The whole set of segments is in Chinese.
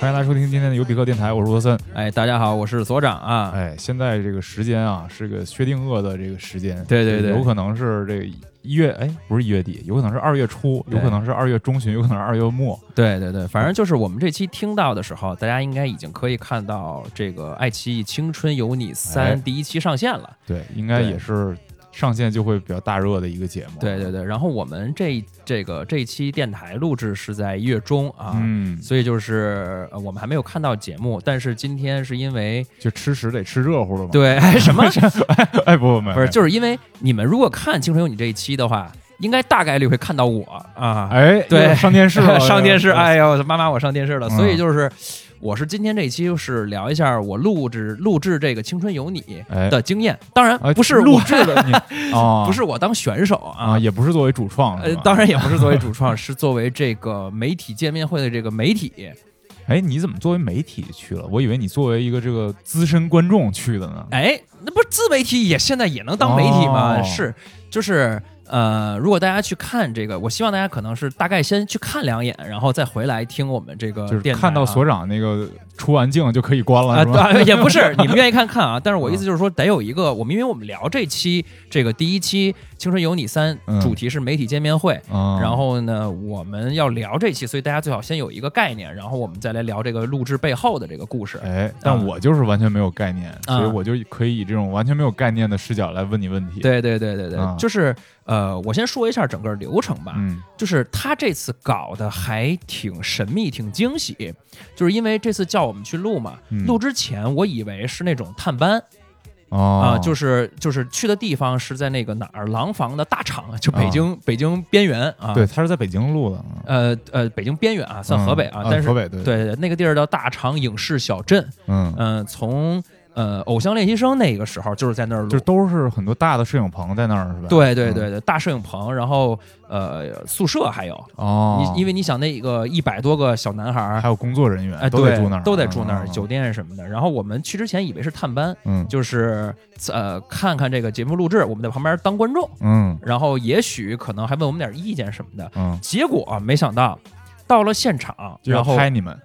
欢迎大家收听今天的尤比克电台，我是罗森。哎，大家好，我是所长啊。哎，现在这个时间啊，是个薛定谔的这个时间。对对对有可能是这个一月，哎，不是一月底，有可能是二月初，有可能是二月中旬，有可能是二月末。对对对，反正就是我们这期听到的时候，大家应该已经可以看到这个爱奇艺《青春有你三哎》第一期上线了。对，应该对也是上线就会比较大热的一个节目。对对对，然后我们这这个这期电台录制是在一月中啊。嗯，所以就是、呃我们还没有看到节目，但是今天是因为就吃屎得吃热乎的嘛。，对、哎、什么哎，不不不，不是，就是因为你们如果看《青春有你》这一期的话，应该大概率会看到我啊。哎，对，上 电视了，上电视， 哎哎呦，妈妈，我上电视了。嗯所以就是，我是今天这一期就是聊一下我录制录制这个《青春有你》哎的经验，当然哎不是录我，制的 你哦，不是我当选手啊，啊。也不是作为主创，呃是，吧当然也不是作为主创，是作为这个媒体见面会的这个媒体。哎，你怎么作为媒体去了？我以为你作为一个这个资深观众去的呢。哎，那不是自媒体也现在也能当媒体吗？哦是，就是呃，如果大家去看这个，我希望大家可能是大概先去看两眼，然后再回来听我们这个就电是台啊、看到所长那个出完镜就可以关了，啊是吧？对，也 不是，你们愿意看看啊。但是我意嗯思就是说，得有一个我们，因为我们聊这期这个第一期《青春有你三》，嗯主题是媒体见面会。嗯，然后呢，我们要聊这期，所以大家最好先有一个概念，然后我们再来聊这个录制背后的这个故事。哎，但我就是完全没有概念，所以啊我就可以以这种完全没有概念的视角来问你问题。，对对对对对，啊就是呃，我先说一下整个流程吧。嗯，就是他这次搞得还挺神秘、挺惊喜，就是因为这次叫我们去录嘛。嗯录之前我以为是那种探班，啊、哦，就是是就是去的地方是在那个哪儿廊坊的大厂，就北京、北京边缘啊，哦对，，他是在北京录的，呃呃，北京边缘啊，算河北啊，嗯但是、河北对，对对那个地儿叫大厂影视小镇，嗯，嗯、从呃《偶像练习生》那个时候就是在那儿录就。都是嗯很多大的摄影棚在那儿是吧？，对对对对，大摄影棚，然后呃宿舍还有，哦，你因为你想那个一百多个小男孩儿，还有工作人员哎，都得对住那儿，，都得住那儿，嗯酒店什么的。然后我们去之前以为是探班，嗯就是呃看看这个节目录制，我们在旁边当观众，嗯然后也许可能还问我们点意见什么的。嗯，结果、啊没想到，到了现场，就要然后拍你们，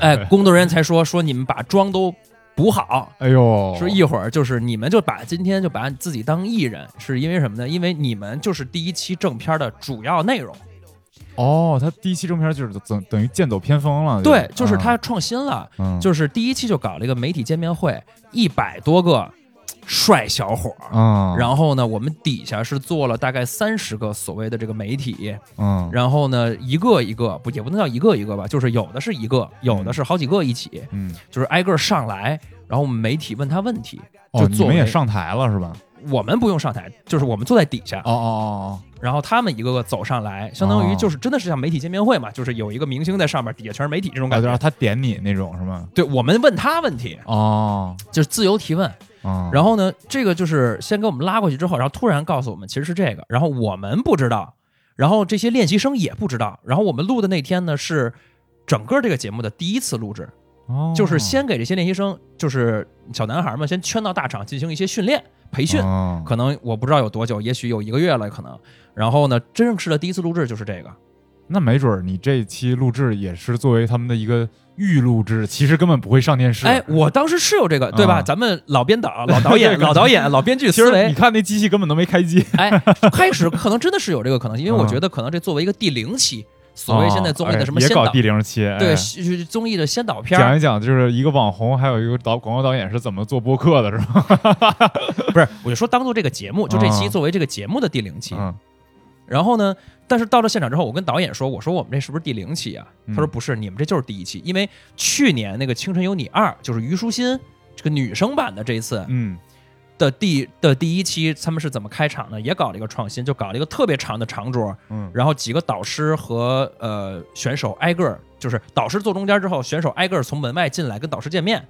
哎，工作人员才说说你们把妆都补好。哎呦，说一会儿就是你们就把今天就把自己当艺人，是因为什么呢？因为你们就是第一期正片的主要内容，哦，他第一期正片就是等等于剑走偏锋了，啊对，就是他，创新了，嗯，就是第一期就搞了一个媒体见面会，一百多个帅小伙儿，嗯，然后呢，我们底下是做了大概三十个所谓的这个媒体，嗯，然后呢，一个一个不也不能叫一个一个吧，就是有的是一个，有的是好几个一起，嗯，就是挨个上来，然后我们媒体问他问题，哦，就你作们为也上台了是吧？我们不用上台，就是我们坐在底下，哦哦然后他们一个个走上来，相当于哦就是真的是像媒体见面会嘛，就是有一个明星在上面，底下全是媒体这种哦，啊，感就觉让。他点你那种是吗？对，我们问他问题，哦，就是自由提问。哦，然后呢，这个就是先给我们拉过去之后，然后突然告诉我们其实是这个，然后我们不知道，然后这些练习生也不知道，然后我们录的那天呢是整个这个节目的第一次录制，后就是先给这些练习生，就是小男孩们先圈到大厂进行一些训练培训，哦、可能我不知道有多久，也许有一个月了可能。然后呢，正式的第一次录制就是这个，那没准儿你这期录制也是作为他们的一个预录制，其实根本不会上电视。哎，，我当时是有这个，对吧？啊咱们老编导、老导演、 对老导演、老编剧其实思你维，看那机器根本都没开机。哎，开始可能真的是有这个可能性，因为我觉得可能这作为一个第零期， 所谓现在综艺的什嗯么哦哎先也导，搞第零期，哎对、是综艺的先导片讲儿，一讲就是一个网红，还有一个导广告导演是怎么做播客的，是吧？不是，我就说当做这个节目，就这期啊作为这个节目的第零期。嗯，然后呢，但是到了现场之后，我跟导演说，我说我们这是不是第零期啊？嗯他说不是，你们这就是第一期，因为去年那个《青春有你二》就是虞书欣。这个女生版的这一次嗯，的第的第一期，他们是怎么开场呢？也搞了一个创新，就搞了一个特别长的长桌，嗯，然后几个导师和呃选手挨个儿，就是导师坐中间之后，选手挨个儿从门外进来跟导师见面，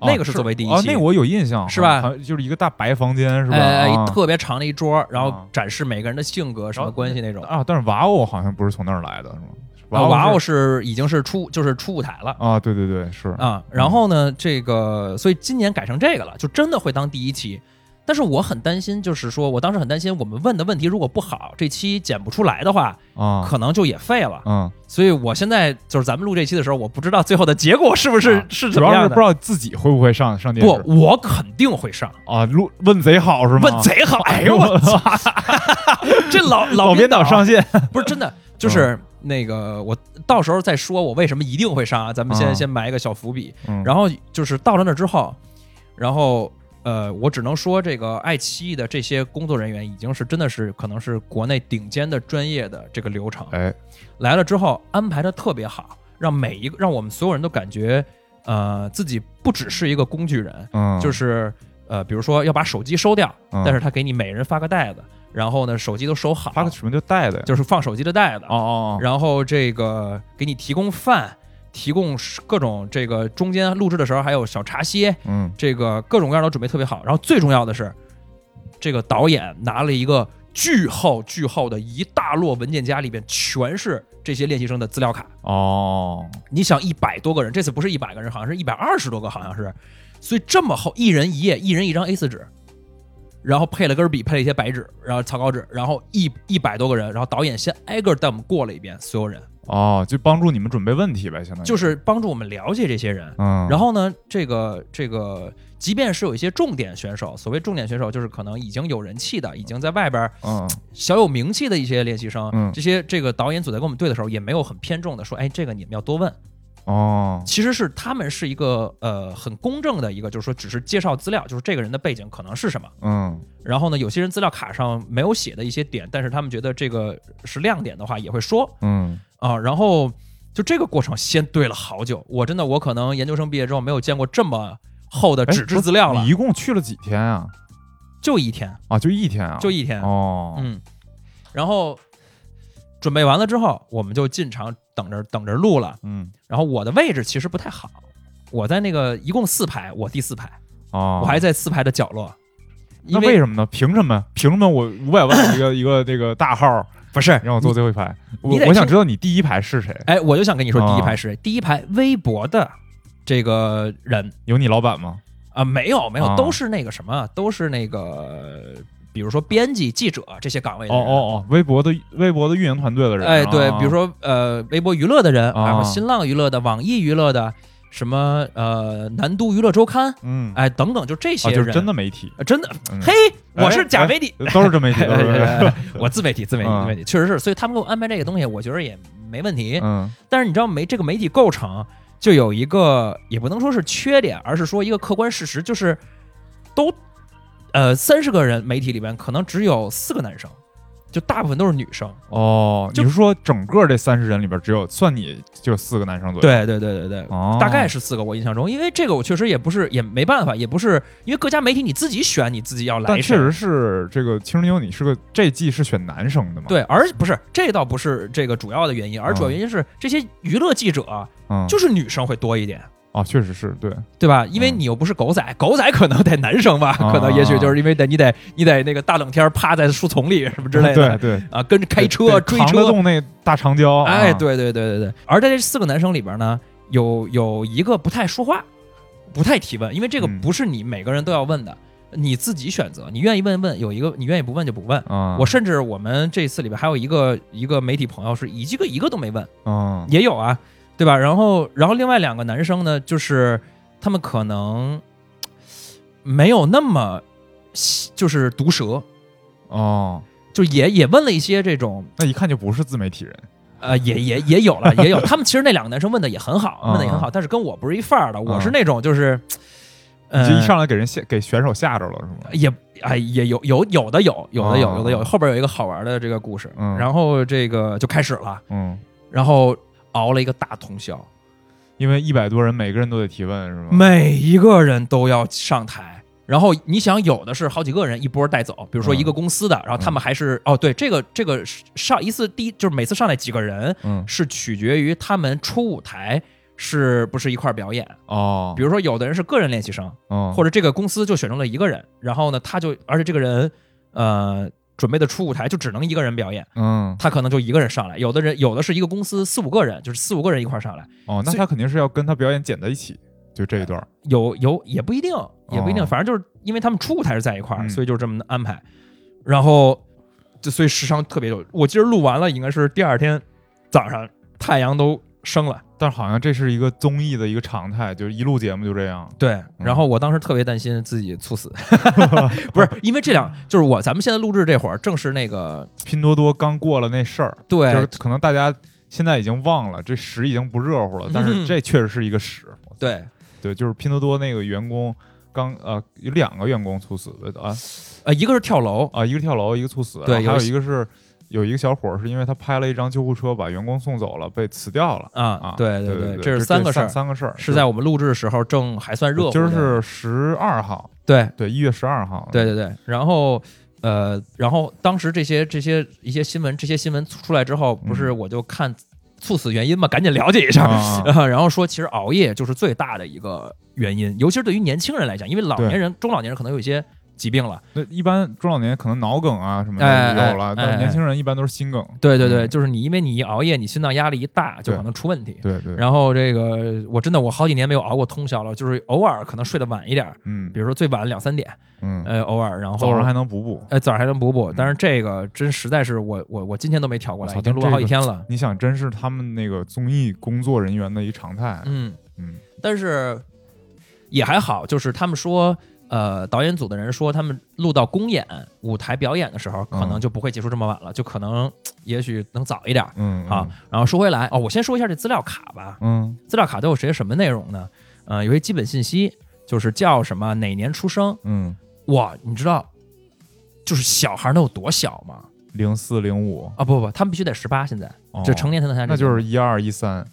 那个是作为第一期哦，那个我有印象，啊是吧好像就是一个大白房间，是吧？哎，啊特别长的一桌，然后啊展示每个人的性格、什么关系那种。啊，但是娃娃好像不是从那儿来的，是吗？啊娃娃娃是是已经是出就是出舞台了啊，对对对，是，啊，然后呢，这个所以今年改成这个了，就真的会当第一期。但是我很担心，就是说我当时很担心，我们问的问题如果不好，这期剪不出来的话，啊，可能就也废了。嗯，所以我现在就是咱们录这期的时候，我不知道最后的结果是不是、啊是主怎么要是样不的知。道自己会不会上上电不视，我肯定会上。啊？录问贼好是吗？问贼好，哎呦我操！ 这老老编编导啊导上嗯线， 不是真的，就是那个我到时候再说，我为什么一定会上啊？咱们先嗯先埋一个小伏笔。嗯然后就是到了那之后，然后呃，我只能说这个爱奇艺的这些工作人员已经是真的是可能是国内顶尖的专业的这个流程哎，来了之后安排的特别好，让每一个让我们所有人都感觉呃自己不只是一个工具人，嗯，就是呃比如说要把手机收掉，嗯但是他给你每人发个袋子，然后呢手机都收好，发个什么叫带的呀？就是放手机的袋子，哦哦然后这个给你提供饭，提供各种这个中间录制的时候还有小茶歇，哦，嗯，这个各种各样都准备特别好。然后最重要的是，这个导演拿了一个巨厚巨厚的一大摞文件夹，里边全是这些练习生的资料卡。哦，你想，一百多个人，这次不是一百个人，好像是一百二十多个，好像是，所以这么厚，一人一页，一人一张 A 4纸。然后配了根笔，配了一些白纸，然后草稿纸，然后一一百多个人，然后导演先挨个带我们过了一遍所有人，哦，就帮助你们准备问题呗，相当于就是帮助我们了解这些人。嗯，然后呢，这个这个，即便是有一些重点选手，所谓重点选手就是可能已经有人气的，已经在外边儿嗯小有名气的一些练习生，嗯这些这个导演组在跟我们对的时候，也没有很偏重的说，哎，这个你们要多问。哦其实是他们是一个呃很公正的一个，就是说只是介绍资料，就是这个人的背景可能是什么。嗯然后呢，有些人资料卡上没有写的一些点，但是他们觉得这个是亮点的话，也会说。嗯啊，然后就这个过程先对了好久。我真的，我可能研究生毕业之后没有见过这么厚的哎纸质资料不是了你，一共去了几天啊？就一天，啊，就一天啊？就一天。哦，嗯，然后准备完了之后，我们就进场等着等着录了。嗯然后我的位置其实不太好，我在那个一共四排，我第四排，哦，我还在四排的角落。因那为为什么呢？凭什么？凭什么我五百万一个 一个这个大号 不是让我坐最后一排？我你得我想听知道你第一排是谁？哎，我就想跟你说，第一哦排是谁？第一排微博的这个人，有你老板吗？啊，没有没有，啊都是那个什么，都是那个，比如说编辑、记者这些岗位的哦人。哦哦，微博的微博的运营团队的人，哎，对，啊比如说呃，微博娱乐的人，啊，啊新浪娱乐的、网易娱乐的，什么呃，南都娱乐周刊，嗯，啊，哎，等等，就这些人，就是真的媒体，呃真的，嗯哎嘿，我是假媒体，都是真媒体，都是真媒体 我自媒体，自媒体，啊自媒体，确实是，所以他们给我安排这个东西，我觉得也没问题。嗯但是你知道没，这个媒体构成就有一个，也不能说是缺点，而是说一个客观事实，就是都，呃，三十个人媒体里边可能只有四个男生，就大部分都是女生。哦，就你是说整个这三十人里边，只有算你就四个男生左右？对对对对对，哦，大概是四个，我印象中，因为这个我确实也不是也没办法，也不是因为各家媒体你自己选你自己要来但确谁，实是这个《青春有你》是个这季是选男生的嘛？，对，而不是这倒不是这个主要的原因，而主要原因是这些娱乐记者啊嗯，就是女生会多一点。哦，确实是对，对吧？因为嗯你又不是狗仔，狗仔可能得男生吧，啊可能也许就是因为得你得你得那个大冷天儿趴在树丛里什么之类的，对对，啊，跟着开车对追扛得车，动那大长焦，哎，啊，对对对对对。而在这四个男生里边呢，有有一个不太说话，不太提问，因为这个嗯不是你每个人都要问的，你自己选择，你愿意问问，有一个你愿意不问就不问。啊，我甚至我们这次里边还有一个一个媒体朋友是一个一个都没问，嗯也有啊，对吧？然后，然后另外两个男生呢，就是他们可能没有那么喜就是毒舌，哦，就也也问了一些这种，那一看就不是自媒体人，呃，也也也有了，也有。他们其实那两个男生问的也很好， 嗯问的也很好，但是跟我不是一范儿的，我是嗯那种就是，你就呃一，上来给人吓给选手吓着了是吗？也哎也有有有的有，有的有，嗯有的有。后边有一个好玩的这个故事，嗯然后这个就开始了，嗯，然后熬了一个大通宵，因为一百多人，每个人都得提问是吗？每一个人都要上台。然后你想，有的是好几个人一波带走，比如说一个公司的，然后他们还是哦，对，这个这个是上一次第一就是每次上来几个人嗯，是取决于他们出舞台是不是一块儿表演。哦，比如说有的人是个人练习生，嗯或者这个公司就选中了一个人，然后呢他就而且这个人呃准备的出舞台就只能一个人表演，嗯，他可能就一个人上来。有的人有的是一个公司四五个人，就是四五个人一块儿上来。哦，那所以他肯定是要跟他表演剪在一起，就这一段儿，有有也不一定，也不一定，哦反正就是因为他们出台是在一块儿，嗯所以就是这么安排。然后，就所以时长特别久。我今儿录完了，应该是第二天早上太阳都升了。但是好像这是一个综艺的一个常态，就是一录节目就这样。对，然嗯后我当时特别担心自己 猝死，不是因为这两，就是我咱们现在录制这会儿正是那个拼多多刚过了那事儿，对，就是可能大家现在已经忘了，这屎已经不热乎了，但嗯是这确实是一个屎。对，对，就是拼多多那个员工刚呃有两个员工猝死的啊呃，一个是跳楼，啊，一个跳楼，一个猝死，对然后还有有一一个是有一个小伙儿是因为他拍了一张救护车把员工送走了，被辞掉了啊啊。对对对，这是三个事儿，三个事儿是在我们录制的时候正还算热乎的，今儿是十二号，对对，一月十二号，对对对，然后呃，然后当时这些这些一些新闻，这些新闻出来之后，不是我就看猝死原因嘛，赶紧了解一下，嗯 呃啊然后说其实熬夜就是最大的一个原因，尤其是对于年轻人来讲，因为老对年人、中老年人可能有一些疾病了。那一般中老年可能脑梗啊什么哎的哎有了，但哎是年轻人一般都是心梗。对对对，嗯就是你因为你一熬夜，你心脏压力一大，就对可能出问题。对对，然后这个我真的我好几年没有熬过通宵了，就是偶尔可能睡得晚一点，嗯比如说最晚两三点，嗯，呃，偶尔然后早上还能补补。呃早上还能补补，嗯但是这个真实在是我我我今天都没调过来，我操已经录了好几天了，哎你想，真是他们那个综艺工作人员的一常态。嗯，嗯但是也还好，就是他们说。呃，导演组的人说，他们录到公演、舞台表演的时候，可能嗯就不会结束这么晚了，就可能也许能早一点儿嗯啊。然后说回来，哦，我先说一下这资料卡吧。嗯资料卡都有些什么内容呢？呃，有些基本信息，就是叫什么哪年出生。嗯，哇，你知道，就是小孩能有多小吗？零四零五，啊，不不，他们必须得十八，现在哦这成年才能参加那这个。就是一二一三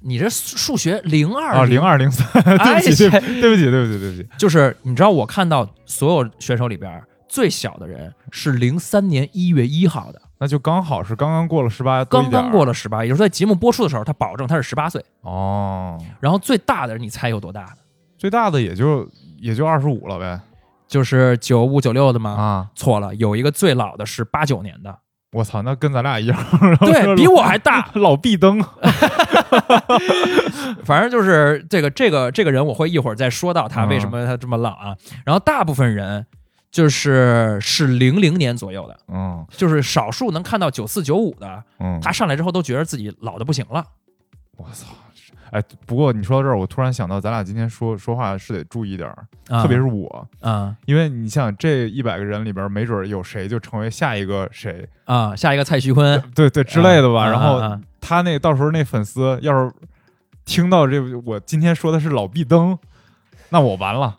你这数学零二啊，零，二零三。 对哎不起，对不起对不起，对不起，对不起。就是你知道，我看到所有选手里边最小的人是零三年一月一号的，那就刚好是刚刚过了十八，刚刚过了。了十八，也就是在节目播出的时候，他保证他是十八岁。哦，然后最大的人，你猜有多大？最大的也就也就二十五了呗。就是九五九六的吗？啊，错了，有一个最老的是八九年的，我操，那跟咱俩一样。 对比我还大，老壁灯。反正就是这个这个这个人，我会一会儿再说到他为什么他这么老啊。然后大部分人就是是零零年左右的，嗯就是少数能看到九四九五的，嗯，他上来之后都觉得自己老的不行了。我操！是哎，不过你说到这儿，我突然想到，咱俩今天说说话是得注意点儿，啊、特别是我，啊因为你想这一百个人里边儿，没准儿有谁就成为下一个谁，啊，下一个蔡徐坤对对 之类的吧。啊然啊啊后他那到时候那粉丝要是听到这我今天说的是老壁灯，那我完了，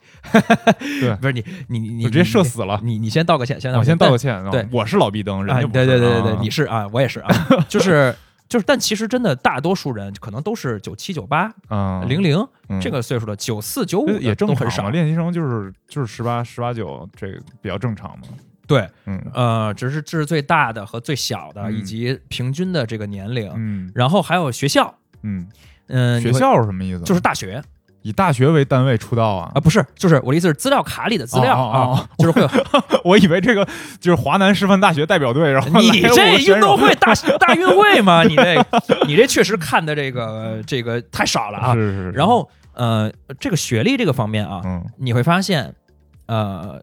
不是你你你我直接社死了。你你你先道个歉，先我先道道个歉歉，对我是老壁灯，人啊，家对不是对对对对，啊你是啊，我也是啊， 就是就是，但其实真的大多数人可能都是九七九八啊零零嗯这个岁数的，九四九五这也正都常很嘛少。练习生就是就是十八十八九，这个比较正常嘛。对，嗯呃，只是这是最大的和最小的，嗯以及平均的这个年龄，嗯然后还有学校，嗯，嗯、你学会校是什么意思？啊就是大学以大学为单位出道啊 啊，？不是，就是我的意思是资料卡里的资料哦哦哦啊，就是会有 我以为这个就是华南师范大学代表队，然后你来我这们选运手动会大大运会吗？你这你这确实看的这个这个太少了啊。是是是，然后呃，这个学历这个方面啊，嗯你会发现，呃。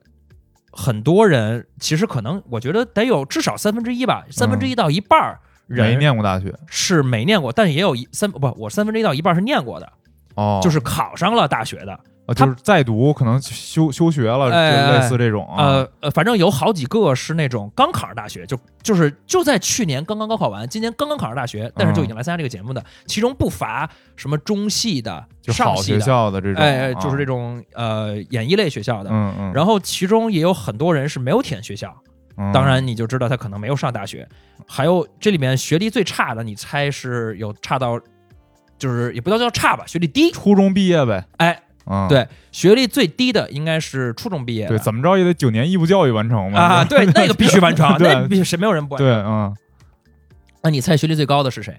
很多人其实可能，我觉得得有至少三分之一吧，三分之一嗯到一半儿人没念过大学是没念过，但也有一三不，我三分之一到一半是念过的，哦，就是考上了大学的。啊就是在读，可能休休学了，哎哎就类似这种啊。呃呃，反正有好几个是那种刚考上大学，就就是就在去年刚刚高考完，今年刚刚考上大学，但是嗯就已经来参加这个节目的，其中不乏什么中戏的、就上好戏学的，校的这种，哎，哎就是这种，种呃演艺类学校的。嗯嗯。然后其中也有很多人是没有填学校，嗯当，然你就知道他可能没有上大学。还有这里面学历最差的，你猜是有差到，就是也不叫叫差吧，学历低，初中毕业呗，哎，嗯，对，学历最低的应该是初中毕业对，的怎么着也得九年义务教育完成嘛。啊，对，那个必须完成， 对那必须谁没有人不完。对，嗯。那你猜学历最高的是谁？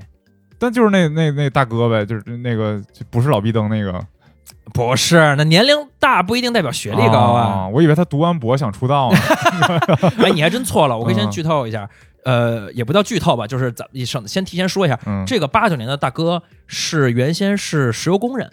但就是那那那大哥呗，就是那个就不是老毕登那个不是，那年龄大不一定代表学历高啊。我以为他读完博想出道呢。 哎，你还真错了，我可以先嗯剧透一下，呃，也不叫剧透吧，就是咱们省先提前说一下，嗯，这个八九年的大哥是原先是石油工人，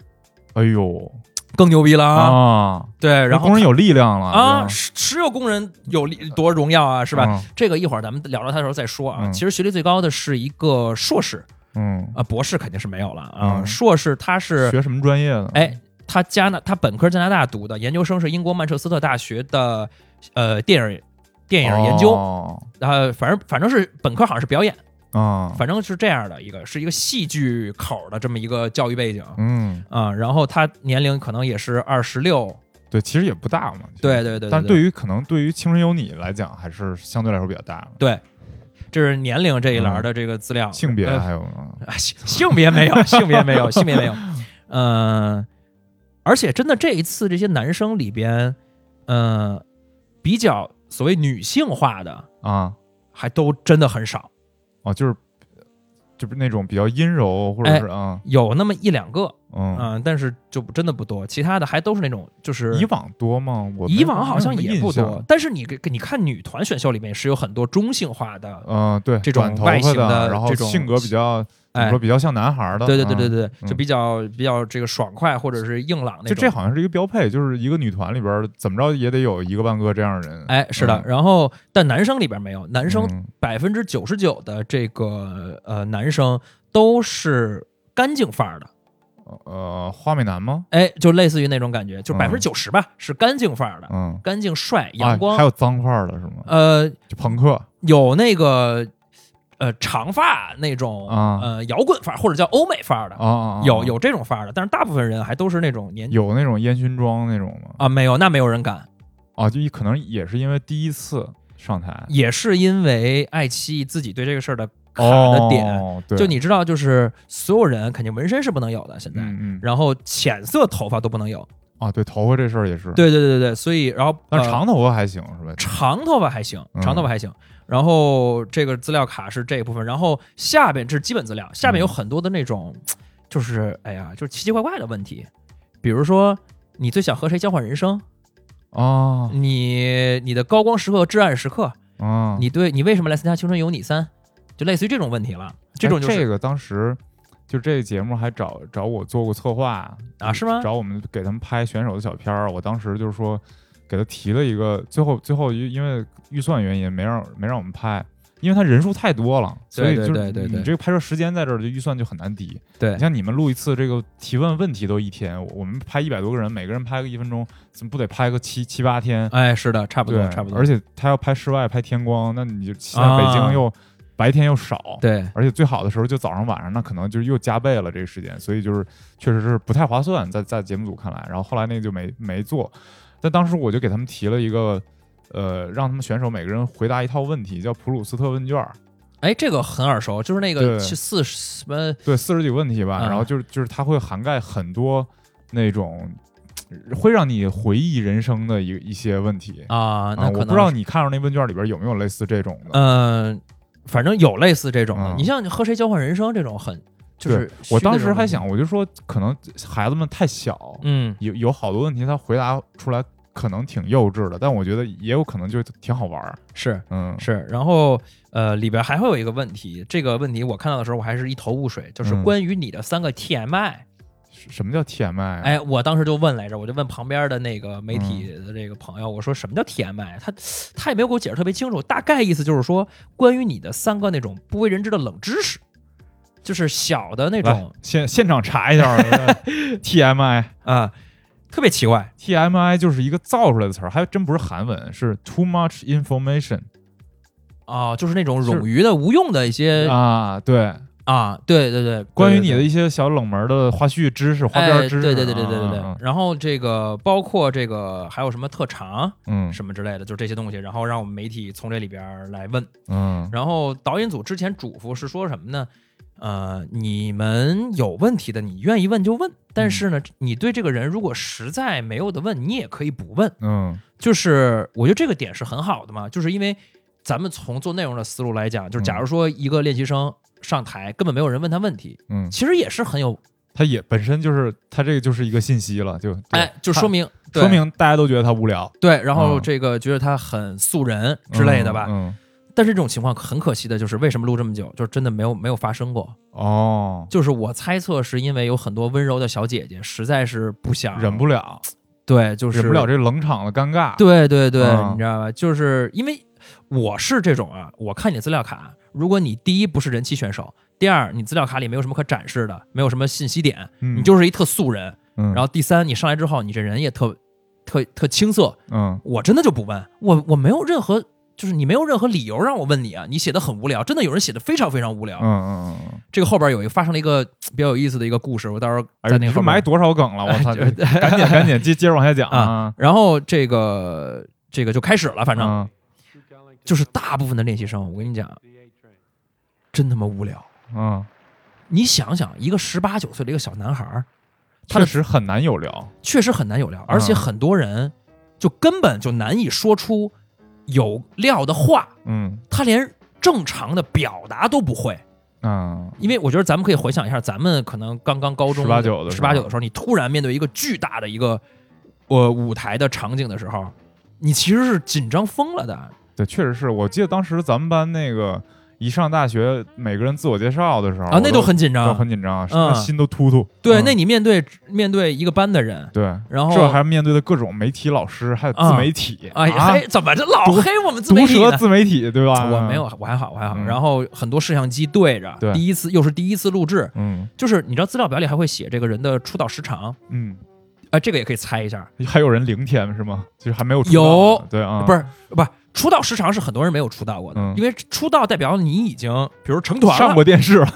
哎呦，更牛逼了啊！啊，对，然那后工人有力量了啊，是石石油工人有力多荣耀啊，是吧？？嗯这个一会儿咱们聊到他的时候再说啊。嗯其实学历最高的是一个硕士嗯，啊，博士肯定是没有了啊。嗯硕士他是学什么专业的？哎，他加拿他本科加拿大读的，研究生是英国曼彻斯特大学的呃电影电影研究，哦呃，反正反正是本科好像是表演，啊，反正是这样的一个是一个戏剧口的这么一个教育背景。嗯，啊、然后他年龄可能也是二十六，对，其实也不大嘛。其实对对对但是对对于可能对于《青春有你》来讲，还是相对来说比较大的。对，这是年龄这一栏的这个资料，性别呃还有呢 啊，性性别没 有，性别没有，性别没有。嗯、而且真的这一次这些男生里边，嗯、比较所谓女性化的啊，还都真的很少，哦，就是就是那种比较阴柔，或者哎是啊有那么一两个，嗯嗯、但是就不真的不多，其他的还都是那种就是以往多吗？我以没往好像也不。没什么多印象，但是你给你看女团选秀里面是有很多中性化的，嗯，对，这种短头外发形的然后这种性格比较，怎么哎说，比较像男孩儿的。对对对嗯，对对，嗯就比较比较这个爽快或者是硬朗那就种。这好像是一个标配，就是一个女团里边儿怎么着也得有一个半个这样的人。哎，是的，嗯然后但男生里边没有，男生嗯百分之九十九的这个呃男生都是干净范儿的，呃，花美男吗？哎，就类似于那种感觉，就嗯百分之九十吧，是干净范儿的，嗯，干净帅啊阳光，还有脏范儿的是吗？呃，就朋克啊有那个呃长发那种、啊呃摇滚范儿或者叫欧美范儿的，啊啊，啊有有这种范儿的，但是大部分人还都是那种年有那种烟熏妆那种吗？啊没有，那没有人敢，啊，就一可能也是因为第一次上台也是因为爱奇艺自己对这个事儿的卡的点。哦、对就你知道，就是所有人肯定纹身是不能有的，现在，嗯嗯然后浅色头发都不能有。啊，对头发这事儿也是，，对对对对对，所以然后但呃是长头发还行是吧？长头发还行，嗯长头发还行。然后这个资料卡是这一部分，然后下边这是基本资料，下嗯面有很多的那种，就是哎呀，就是奇奇怪怪的问题，比如说你最想和谁交换人生？啊你你的高光时刻、至暗时刻，啊，嗯你对你为什么来参加《青春有你三》？就类似于这种问题了，这种就哎这是个当时。就这个节目还找找我做过策划啊是吗找我们给他们拍选手的小片儿，我当时就是说给他提了一个，最后最后因因为预算原因没让没让我们拍，因为他人数太多了，所对以对就是对对对你这个拍摄时间在这儿，就预算就很难抵。对你像你们录一次这个提问问题都一天，我我们拍一百多个人，每个人拍个一分钟，怎么不得拍个七七八天？哎，是的，差不多对，，差不多。而且他要拍室外，拍天光，那你就现在啊北京又、白天又少，对，而且最好的时候就早上晚上，那可能就是又加倍了这个时间，所以就是确实是不太划算，在在节目组看来。然后后来那个就没没做，但当时我就给他们提了一个，呃，让他们选手每个人回答一套问题，叫普鲁斯特问卷儿。哎，这个很耳熟，就是那个对去四十什么对，四十几个问题吧，嗯然后就是就是它会涵盖很多那种呃会让你回忆人生的一一些问题啊，那可我能不知道你看上那问卷里边有没有类似这种的。嗯，反正有类似这种的。嗯你像你和谁交换人生这种很，就是对虚我的当这时种还东西，想，我就说可能孩子们太小，嗯，有有好多问题他回答出来可能挺幼稚的，但我觉得也有可能就挺好玩儿。是嗯是。然后呃，里边还会有一个问题，这个问题我看到的时候我还是一头雾水，就是嗯哎关于你的三个 TMI。什么叫 TMI？啊哎，我当时就问来着，我就问旁边的那个嗯媒体的这个朋友，我说什么叫 TMI？他他也没有给我解释特别清楚，大概意思就是说关于你的三个那种不为人知的冷知识，就是小的那来种现现场查一 下 TMI。啊、特别奇怪 TMI 就是一个造出来的词儿，还真不是韩文，是 too much information 啊、就是那种冗余的、无用的一些啊，对，啊，对对对，关于对你的。一些小冷门的花絮知识、花对边哎，知对识，对对对对对对啊，然后这个包括这个还有什么特长嗯什么之类的，就是这些东西，然后让我们媒体从这里边儿来问，嗯然后导演组之前嘱咐是说什么呢？呃，你们有问题的，你愿意问就问，但是呢，你对这个人如果实在没有的问，你也可以不问。嗯就是我觉得这个点是很好的嘛，就是因为咱们从做内容的思路来讲，就是假嗯如说一个练习生上台，根本没有人问他问题，嗯，其实也是很有它也本身就是它这个就是一个信息了，就对哎，就说明它说对明大家都觉得它无聊对，然后嗯这个觉得他很素人之类的吧。嗯，嗯但是这种情况很可惜的就是，为什么录这么久，就是真的没有没有发生过。哦，就是我猜测是因为有很多温柔的小姐姐实在是不想忍不了，对，就是忍不了这冷场的尴尬。，对对对，嗯你知道吧？就是因为我是这种啊，我看你资料卡，如果你第一不是人气选手，第二你资料卡里没有什么可展示的，没有什么信息点，嗯、你就是一特素人。嗯，然后第三，你上来之后，你这人也特特特青涩，嗯我真的就不问，我我没有任何。就是你没有任何理由让我问你啊，你写的很无聊，真的有人写的非常非常无聊。嗯嗯嗯嗯，这个后边有一个发生了一个呃比较有意思的一个故事，我到时候哎在呦，那你个是后埋面。多少梗了？我操！哎赶紧赶紧接接着往下讲啊！然后这个这个就开始了，反正、嗯就是大部分的练习生，我跟你讲，真他妈无聊。嗯，你想想，一个十八九岁的一个小男孩儿，他确的实很难有聊。确实很难有料，而嗯且很多人就根本就难以说出有料的话，嗯他连正常的表达都不会。嗯因为我觉得咱们可以回想一下，咱们可能刚刚高中18-19的十时八候九的时候，你突然面对一个巨大的一个呃舞台的场景的时候，你其实是紧张疯了的。啊对，确实是我记得当时咱们班那个一上大学，每个人自我介绍的时候啊，那都都很紧哦都张，很紧张，嗯心都突突。对，嗯那你面对面对一个班的人，对，然后这还面对的各种媒体老师，还有自媒体哎，啊还怎么这老毒黑我们自媒毒体舌呢？自媒体，对吧？我没有，，我还好，我还好。嗯然后很多摄像机对着，对第一次又是第一次录制，嗯就是你知道资料表里还会写这个人的出道时长，嗯，哎，这个也可以猜一下，还有人零天是吗？就是还没有出道有呢对啊，不是不是出道时长是很多人没有出道过的，嗯因为出道代表你已经比如成团了，上过电 视了，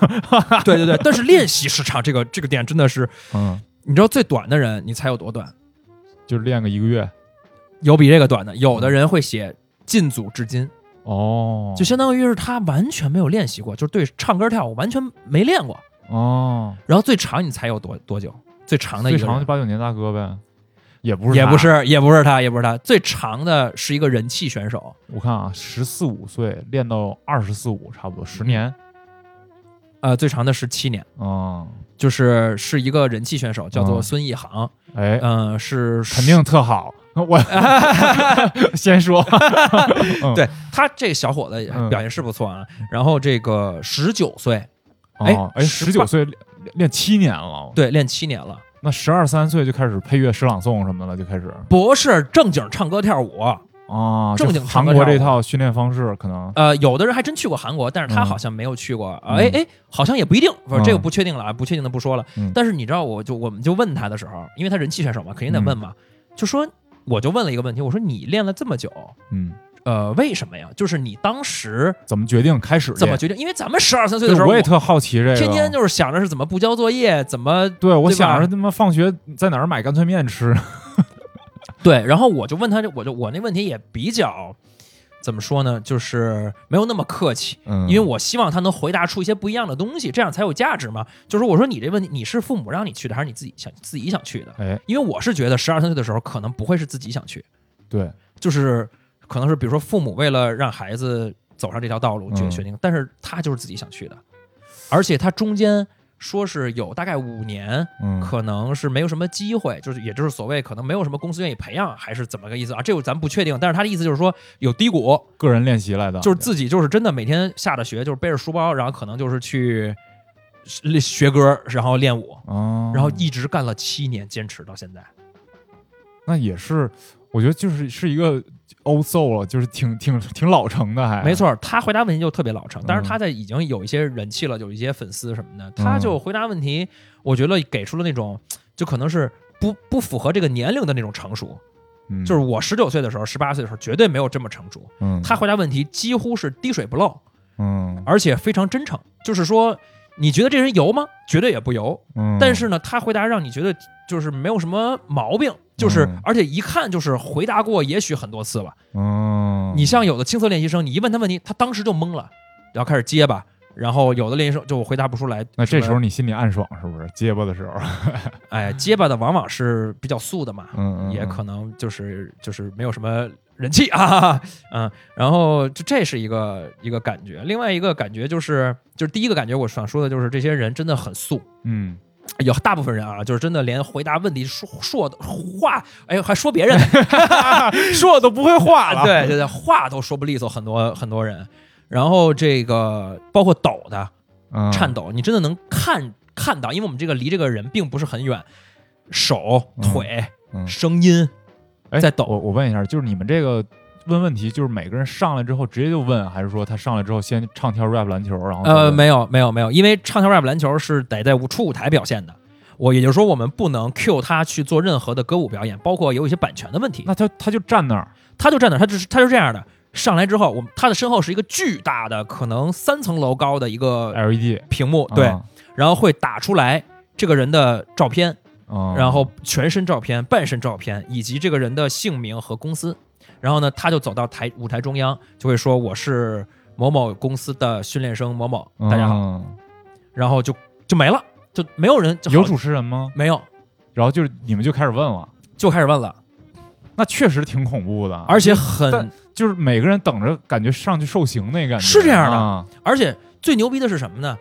对对对。但是练习时长这个这个点真的是，嗯，你知道最短的人你猜有多短？就是练个一个月有比这个短的，有的人会写进组至今，哦，就相当于是他完全没有练习过，就是对唱歌跳舞完全没练过。哦，然后最长你猜有多多久？最长的一最个长人就八九年大哥呗，也不是也他不，是也不是他，也不是他，最长的是一个人气选手，我看啊，十四五岁练到二十四五，差不多嗯十年，呃，最长的是七年，嗯，就是是一个人气选手，叫做嗯孙一航，哎，嗯、是肯定特好， 我 先说，嗯对他这小伙子表现是不错啊。然后这个十九岁，哎哦哎，十18九岁练练七年了，对，练七年了，那十二三岁就开始配乐、诗朗诵什么的了，就开始不是正经唱歌跳舞，啊，正就经韩唱歌国跳舞这套训练方式可能，呃，有的人还真去过韩国，但是他嗯好像没有去过。嗯哎、哎，好像也不一定，不是、嗯这个不确定了啊，不确定的不说了。嗯但是你知道，我就我们就问他的时候，因为他人气选手嘛，肯定得问嘛，就说我就问了一个问题，我说你练了这么久，嗯，呃，为什么呀？就是你当时怎么决定开始怎么练决定？因为咱们十二三岁对的时候，我也特啊好奇这个，天天就是想着是怎么不交作业，怎么对我对吧想着他妈放学在哪儿买干脆面吃， 对。然后我就问他，我就我那问题也比较怎么说呢？就是没有那么客气。嗯，因为我希望他能回答出一些不一样的东西，这样才有价值嘛。就是我说你这问题，你是父母让你去的，还是你自己想自己想去的？哎，因为我是觉得十二三岁的时候，可能不会是自己想去，对，就是可能是比如说父母为了让孩子走上这条道路决嗯决定，但是他就是自己想去的，而且他中间说是有大概五年，嗯，可能是没有什么机会，就是也就是所谓可能没有什么公司愿意培养，还是怎么个意思啊？这个咱不确定，但是他的意思就是说有低谷，个人练习来的，就是自己就是真的每天下着学，就是背着书包，然后可能就是去学学歌，然后练舞，哦，然后一直干了七年，坚持到现在。那也是，我觉得就是是一个欧 l 了，就是挺挺挺老成的还，没，错，他回答问题就特别老成，但是哎嗯他在已经有一些人气了，有一些粉丝什么的，他就回答问题，我觉得给出了那种就可能是。不不符合这个年龄的那种成熟，嗯、就是我十九岁的时候、十八岁的时候绝对没有这么成熟。嗯，他回答问题几乎是滴水不漏，嗯而且非常真诚。就是说，你觉得这人油吗？绝对也不油，嗯，但是呢，他回答让你觉得就是没有什么毛病，就是、嗯而且一看就是回答过也许很多次了。嗯，你像有的青涩练习生，你一问他问题，他当时就懵了，然后开始结巴。然后有的练习生就回答不出来，那这什时么候你心里暗爽是不是？结巴的时候，哎，结巴的往往是比较素的嘛，嗯，嗯也嗯可能就是就是没有什么人气啊，嗯，然后就这是一个一个感觉，另外一个感觉就是就是第一个感觉我想说的就是这些人真的很素，嗯，有大部分人啊，就是真的连回答问题说说的话，哎呦，还说 别人说我都不会话啊，了， 对对对，话都说不利索，很多很多人。然后这个包括抖的嗯，颤抖，你真的能看看到，因为我们这个离这个人并不是很远，手、嗯腿、嗯声音哎在抖我我问一下，就是你们这个问问题，就是每个人上来之后直接就问，还是说他上来之后先唱跳 rap 篮球，然后再呃，问没有没有没有，因为唱跳 rap 篮球是得在舞出舞台表现的，我也就是说我们不能 cue 他去做任何的歌舞表演，包括有一些版权的问题。那他他就站那儿，他就站那儿，他就是他就这样的。上来之后，我们他的身后是一个巨大的，可能三层楼高的一个 LED，屏幕，对，哎啊然后会打出来这个人的照片，嗯，然后全身照片、半身照片，以及这个人的姓名和公司。然后呢，他就走到台舞台中央，就会说我是某某公司的训练生某某，大家好。嗯然后就就没了，就没有人就好有主持人吗？没有，然后就是你们就开始问了，就开始问了，那确实挺恐怖的，而且很但就是每个人等着感觉上去受刑那感觉，是这样的啊而且最牛逼的是什么呢？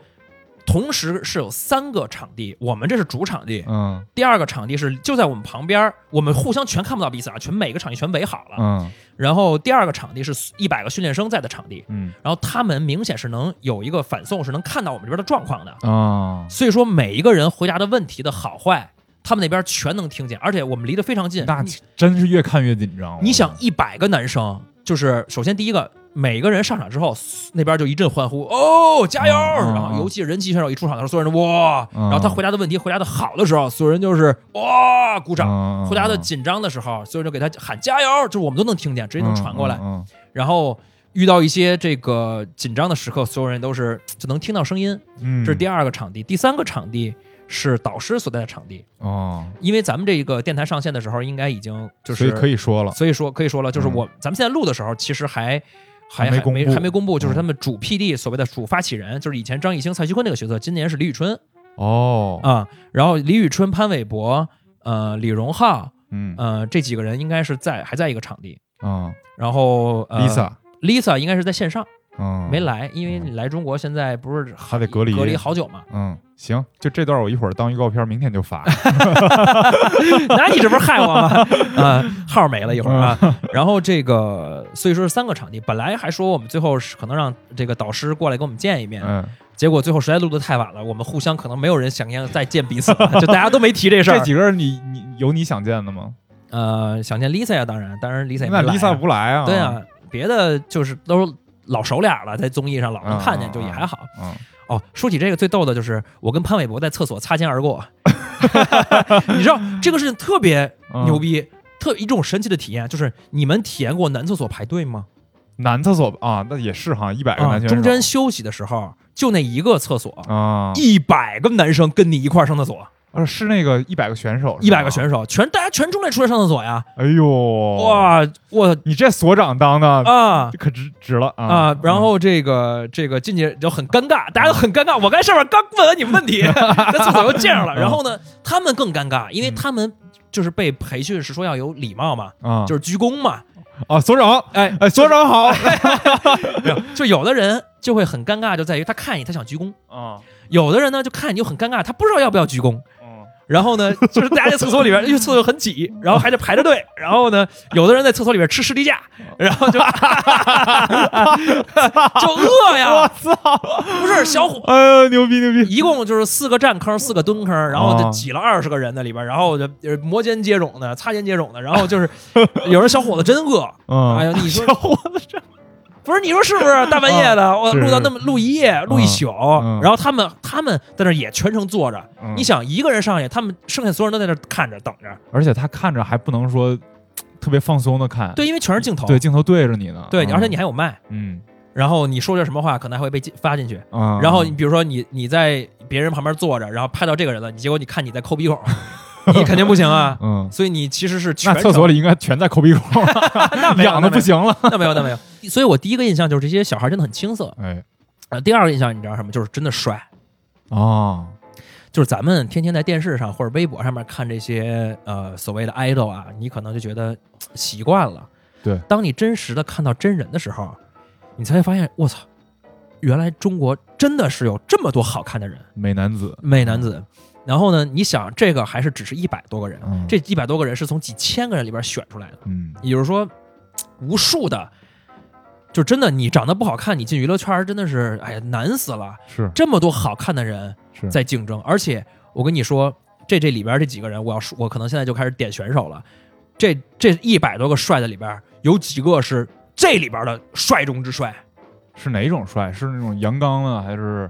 同时是有三个场地，我们这是主场地，嗯第二个场地是就在我们旁边儿，我们互相全看不到彼此啊，全每个场地全围好了。嗯然后第二个场地是一百个训练生在的场地，嗯然后他们明显是能有一个反送，是能看到我们这边的状况的。啊，所以说每一个人回答的问题的好坏，他们那边全能听见，而且我们离得非常近。那你真是越看越紧张。你想，一百个男生，就是首先第一个，每个人上场之后，那边就一阵欢呼，哦，加油！嗯嗯然后尤其是人气选手一出场的时候，所有人都哇，嗯然后他回答的问题回答的好的时候，所有人就是哇鼓掌；嗯回答的紧张的时候，所有人就给他喊加油，就是我们都能听见，直接能传过来。嗯然后遇到一些这个紧张的时刻，所有人都是就能听到声音。嗯，这是第二二个场地，第三个场地是导师所在的场地，哦，因为咱们这个电台上线的时候，应该已经就是所以可以说了，所以说可以说了，就是嗯我、咱们现在录的时候，其实还还还没还公没布还没公布，就是嗯他们主 PD 所谓的主发起人，就是以前张艺兴、蔡徐坤那个角色，今年是李宇春哦，啊、然后李宇春、潘玮柏、呃李荣浩，嗯呃这几个人应该是在还在一个场地，嗯然后、呃、 ，Lisa， Lisa 应该是在线上嗯，没来，因为嗯你来中国现在不是还得隔离，隔离好久嘛嗯，行，就这段我一会儿当预告片，明天就 发。那你这不是害我吗？啊、号没了一会儿嗯啊， 然后这个所以说是三个场地，本来还说我们最后是可能让这个导师过来跟我们见一面，嗯，结果最后实在录的太晚了，我们互相可能没有人想要再见彼此 了，就大家都没提这事这儿。几个人你你有你想见的吗？呃，想见 Lisa 呀，当然，当然 Lisa 也没那来、 Lisa 不来啊？对啊，别的就是都老熟脸了，在综艺上老能嗯看见，就也嗯还好。嗯，哦，说起这个最逗的就是我跟潘玮柏在厕所擦肩 而过，你知道这个事情特别嗯牛逼，特一种神奇的体验，就是你们体验过男厕所排队吗？男厕所啊，那也是哈，一百个啊，男选手中间休息的时候就那一个厕所，啊，一百个男生跟你一块儿上厕所，啊是那个一百个选手，一百个手，选手全大家全冲来出来上厕所呀！哎呦，哇，哇我你这所长当的啊！可值值了啊啊，然后这个这个进去就很尴尬，大家都很尴尬。我刚才上面刚问完你们问题，那厕所又这样了。然后呢，他们更尴尬，因为他们就是被培训是说要有礼貌嘛，啊，就是鞠躬嘛。啊，所长，哎，哎，所长好 就有的人就会很尴尬，就在于他看你，他想鞠躬；啊，有的人呢就看你就很尴尬，他不知道要不要鞠躬。嗯然后 呢，就是大家在厕所里边，因为厕所很挤，然后还得排着队。然后呢，有的人在厕所里边吃士力架，然 后就就饿呀，我操，不是小伙。哎呦，牛逼牛逼，一共就是四个站坑，四个蹲坑，然后就哦挤了二十个人在里边，然后就呃摩肩接踵的，擦肩接踵的，然后就是 有人小伙子真饿，嗯，哎呦，你 小说伙子，不是你说是不是？大半夜的，我是录到那么录一夜，录一宿，嗯然后他们他们在那儿也全程坐着，嗯你想一个人上去，他们剩下所有人都在那儿看着等着，而且他看着还不能说特别放松的看，对，因为全是镜头，对，镜头对着你呢，对嗯而且你还有麦，嗯然后你说点什么话，可能还会被进发进去。啊，然后你比如说你你在别人旁边坐着，然后拍到这个人了，你结果你看你在抠 鼻孔，你肯定不行啊。嗯，所以你其实是全那厕所里里应该全在抠鼻孔， 那没有痒的不，行了，那没有那没有那没有。所以我第一个印象就是这些小孩真的很青涩。哎呃，第二个印象你知道什么？就是真的帅。啊，就是咱们天天在电视上或者微博上面看这些呃所谓的 idol 啊，你可能就觉得嘖习惯了。对，当你真实的看到真人的时候，你才会发现，我操，原来中国真的是有这么多好看的人，美男子，美男子。然后呢，你想这个还是只是一百多个人，嗯这一百多个人是从几千个人里边选出来的，嗯也就是说，嘖无数的。就真的你长得不好看，你进娱乐圈儿真的是哎呀难死了。是这么多好看的人是在竞争，而且我跟你说，这这里边这几个人，我要说，我可能现在就开始点选手了。这这一百多个帅的里边，有几个是这里边的帅中之帅？是哪种帅？是那种阳刚的，还是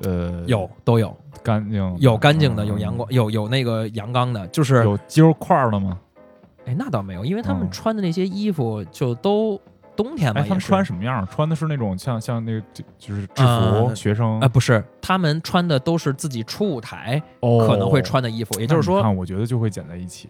呃有都有，干净的有干净的，嗯有阳光，有有那个阳刚的，就是有肌肉块儿的吗？哎，那倒没有，因为他们嗯穿的那些衣服就都冬天吧，哎，他们也是穿什么样儿？穿的是那种像像那个就就是制服嗯学生啊、不是，他们穿的都是自己出舞台哦可能会。穿的衣服，也也就是说嗯看我觉得就会剪在一起。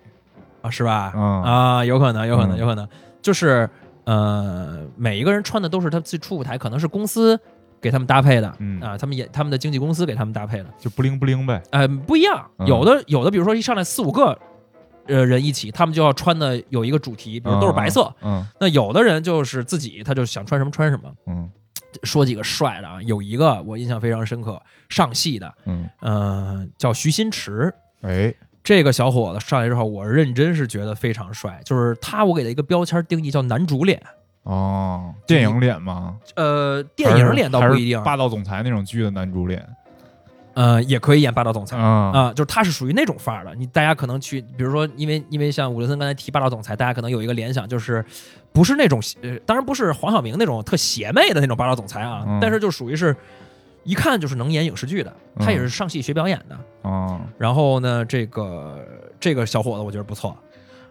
啊，是吧？嗯啊，有可能，有可能，嗯有可能，就是呃，每一个人穿的都是他自己出舞台，可能是公司给他们搭配的，嗯啊，他们也他们的经纪公司给他们搭配的，就不灵不灵呗。呃，不一样，嗯有的有的，比如说一上来四五个。呃，人一起，他们就要穿的有一个主题，比如都是白色。嗯那有的人就是自己，他就想穿什么穿什么。嗯说几个帅的啊，有一个我印象非常深刻，上戏的，嗯，呃，叫徐新池，哎，这个小伙子上来之后，我认真是觉得非常帅，就是他，我给他一个标签定义叫男主脸，哦，电影脸吗？呃，电影脸倒还不是一定，霸道总裁那种剧的男主脸呃，也可以演霸道总裁啊、啊就是他是属于那种范儿的。你大家可能去，比如说，因为因为像伍德森刚才提霸道总裁，大家可能有一个联想，就是不是那种，呃，当然不是黄晓明那种特邪魅的那种霸道总裁啊，嗯但是就属于是一看就是能演影视剧的，他也是上戏学表演的。啊然后呢，这个这个小伙子我觉得不错。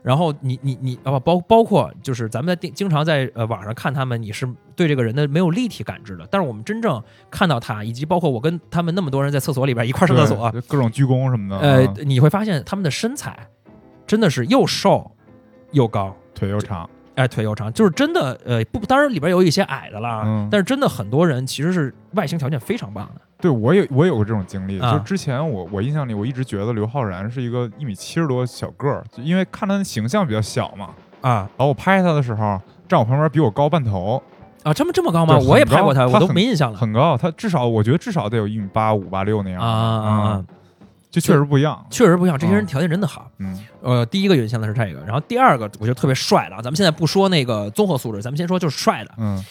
然后你你你啊，包包括就是咱们在电经常在呃网上看他们，你是对这个人的没有立体感知的。但是我们真正看到他，以及包括我跟他们那么多人在厕所里边一块儿上厕所，对各种鞠躬什么的，呃啊，你会发现他们的身材真的是又瘦又高，腿又长，哎，腿又长，就是真的呃不，当然里边有一些矮的啦，嗯但是真的很多人其实是外形条件非常棒的。对我有我有过这种经历，啊就之前我我印象里，我一直觉得刘昊然是一个一米七十多小个儿，就因为看他的形象比较小嘛。啊然后我拍他的时候，站我旁边比我高半头，啊，这么这么高吗？对很我也拍过高我他都很没印象了很高，他至少我觉得至少得有一米八五八六那样嗯啊啊啊！啊嗯就确实不一样。确实不一样，这些人嗯条件真的好。嗯呃，第一个原先的是这个，然后第二个我觉得特别帅的啊，咱们现在不说那个综合素质，咱们先说就是帅的。嗯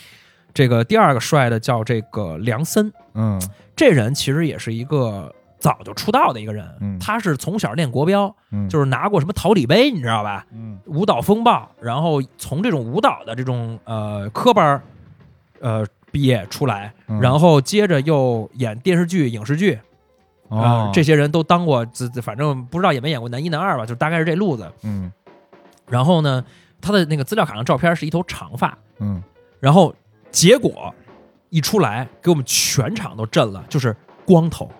这个第二个帅的叫这个梁森，嗯这人其实也是一个早就出道的一个人，嗯他是从小练国标，嗯，就是拿过什么桃李杯，你知道吧？嗯舞蹈风暴，然后从这种舞蹈的这种呃科班儿呃毕业出来，嗯然后接着又演电视剧、影视剧，啊、哦这些人都当过，这这反正不知道演没演过男一、男二吧，就大概是这路子。嗯然后呢，他的那个资料卡上照片是一头长发，嗯然后结果一出来，给我们全场都震了，就是光头。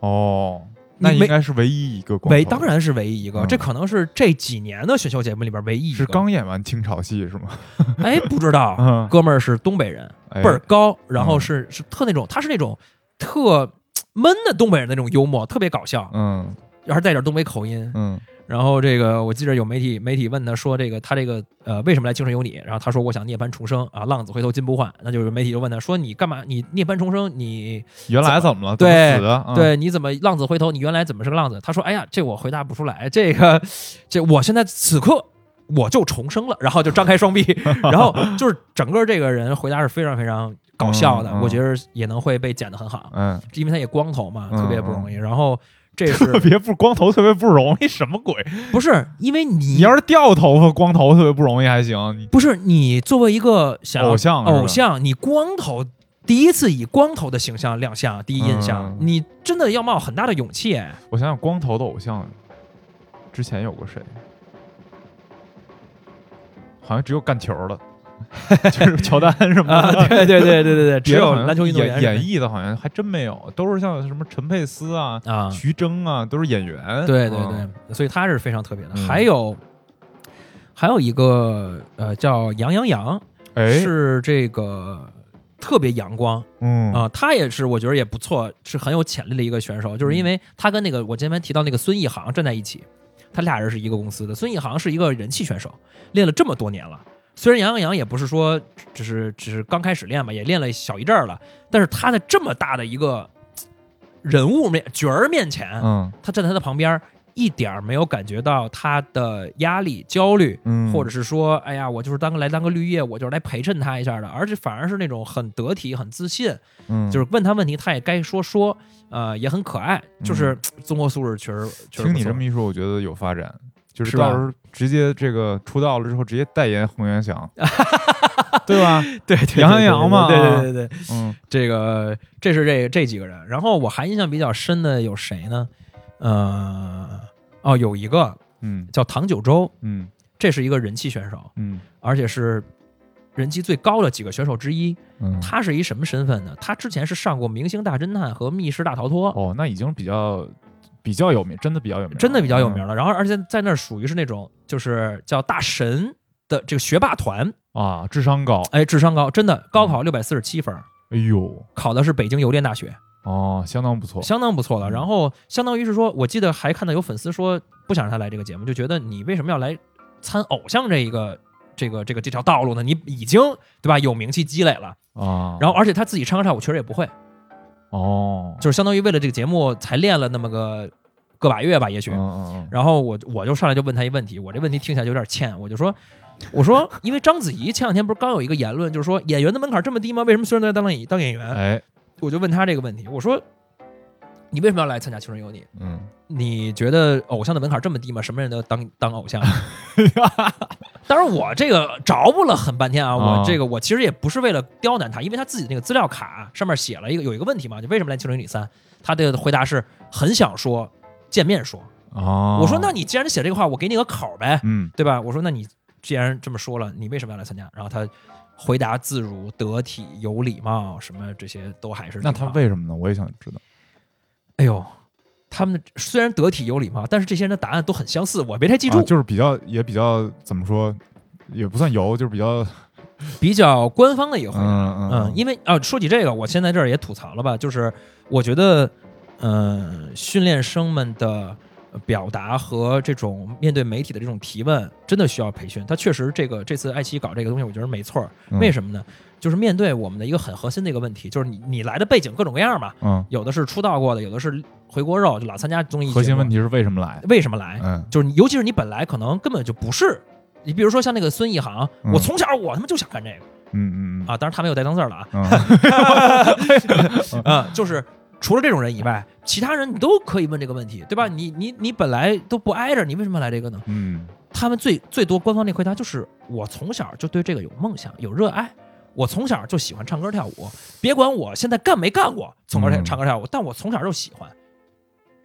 哦，那你应没该是唯一一个光头唯当然是唯一一个，嗯这可能是这几年的选秀节目里边唯一一个。是刚演完清朝戏是吗？ 哎，不知道，嗯，哥们儿是东北人，哎倍儿高，然后嗯是、是特那种，他是那种特闷的东北人那种幽默，特别搞笑，嗯然后带点东北口音，嗯然后这个我记得有媒体媒体问他说这个他这个呃为什么来青春有你？然后他说我想涅槃重生啊，浪子回头金不换。那就是媒体就问他说你干嘛？你涅槃重生你原来怎么了？对怎么死的？嗯，对你怎么浪子回头？你原来怎么是个浪子？他说哎呀，这我回答不出来，这个这我现在此刻。我就重生了，然后就张开双臂， 然后就是整个这个人回答是非常非常搞笑的，嗯嗯我觉得也能会被剪得很好，嗯，因为他也光头嘛，嗯特别不容易。然后这是特别不光头特别不容易，什么鬼？不是因为你你要是掉头发光头特别不容易还行，你不是你作为一个想要偶像啊是吧偶像，你光头第一次以光头的形象亮相，第一印象，嗯你真的要冒很大的勇气 哎。我想想光头的偶像，之前有过谁？好像只有干球的，就是 乔丹什么啊，的。对对对对对对，只别的有好像篮球运动员演演是绎的，好像还真没有，都是像什么陈佩斯啊、啊，徐峥啊，都是演员。对对嗯，对，所以他是非常特别的。嗯还有还有一个呃叫杨洋洋，哎，是这个。特别阳光嗯啊、他也是，我觉得也不错，是很有潜力的一个选手。就是因嗯为他跟那个我前面提到那个孙一航站在一起，他俩人是一个公司的。孙一航是一个人气选手，练了这么多年了。虽然杨阳洋也不是说只是只是刚开始练吧，也练了小一阵儿了，但是他在这么大的一个嘖人物面角儿面前，嗯他站在他的旁边儿，一点儿没有感觉到他的压力、焦虑，嗯，或者是说，哎呀，我就是当个来当个绿叶，我就是来陪衬他一下的，而且反而是那种很得体、很自信，嗯，就是问他问题他也该说说，呃，也很可爱，就是综合素质确实确实嗯听不你错这么一说，我觉得有发展，就是是吧到时候直接这个出道了之后，直接代言洪元 祥，对吧？对对对杨对阳对嘛对啊对对对对，嗯这个这是这这几个人，然后我还印象比较深的有谁呢？呃，哦，有一个嗯叫唐九洲，嗯这是一个人气选手，嗯而且是人气最高的几个选手之一。嗯，他是一什么身份呢？他之前是上过《明星大侦探》和《密室大逃脱》，哦，那已经比较比较有名，真的比较有名了，真的比较有嗯名了。然后，而且在那儿属于是那种就是叫大神的这个学霸团，啊，智商高，哎，智商高，真的高嗯考六百四十七分，哎呦，考的是北京邮电大学，哦，相当不错，相当不错了。嗯然后，相当于是说，我记得还看到有粉丝说不想让他来这个节目，就觉得你为什么要来参偶像这一个这个这个这条道路呢？你已经对吧有名气积累了，啊，然后而且他自己唱歌跳舞确实也不会，嗯哦，就是相当于为了这个节目才练了那么个个把月吧，也许。嗯嗯然后我我就上来就问他一问题，我这问题听起来有点欠，我就说，我说，因为章子怡前两天不是刚有一个言论，就是说演员的门槛这么低吗？为什么虽然在当演当演嗯，员？哎，我就问他这个问题，我说，你为什么要来参加《青春有你》？嗯，你觉得偶像的门槛这么低吗？什么人都当 当偶像？当然，我这个着不了很半天啊，啊我这个我其实也不是为了刁难他，因为他自己那个资料卡上面写了一个有一个问题嘛，就为什么来《青春有你三》？他的回答是很想说见面说。哦，我说，那你既然写这个话，我给你个口儿呗，嗯对吧？我说，那你既然这么说了，你为什么要来参加？然后他回答自如、得体、有礼貌，什么这些都还是那挺他好为什么呢？我也想知道。哎呦，他们的虽然得体有礼貌，但是这些人的答案都很相似，我没太记住，啊，就是比较也比较怎么说，也不算油，就是比较比较官方的一个回答。嗯嗯嗯因为啊，说起这个，我先在这儿也吐槽了吧，就是我觉得，嗯、训练生们的呃表达和这种面对媒体的这种提问，真的需要培训。他确实，这个这次爱奇艺搞这个东西，我觉得没错儿。嗯为什么呢？就是面对我们的一个很核心的一个问题，就是你你来的背景各种各样嘛，嗯，有的是出道过的，有的是回锅肉，就老参加综艺。核心问题题是为什么来？为什么来？嗯就是你尤其是你本来可能根本就不是，你比如说像那个孙一航，嗯我从小我他妈就想干这个嗯嗯嗯啊，当然他没有带脏字儿了啊， 嗯，嗯，就是除了这种人以外，其他人你都可以问这个问题，对吧？你你你本来都不挨着，你为什么来这个呢？嗯他们最最多官方那回答就是我从小就对这个有梦想，有热爱。我从小就喜欢唱歌跳舞，别管我现在干没干过，从歌跳嗯唱歌跳舞，但我从小就喜欢，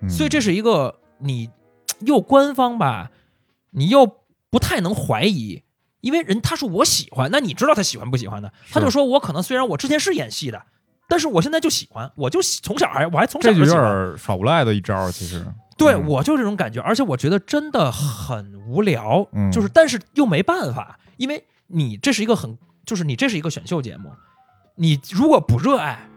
嗯，所以这是一个你又官方吧，你又不太能怀疑，因为人他说我喜欢，那你知道他喜欢不喜欢的？是他就说我可能虽然我之前是演戏的，但是我现在就喜欢，我就喜从小还我还从小这就有就喜点欢，儿耍无赖的一招儿，其实对嗯我就这种感觉，而且我觉得真的很无聊，嗯就是但是又没办法，因为你这是一个很就是你这是一个选秀节目，你如果不热爱，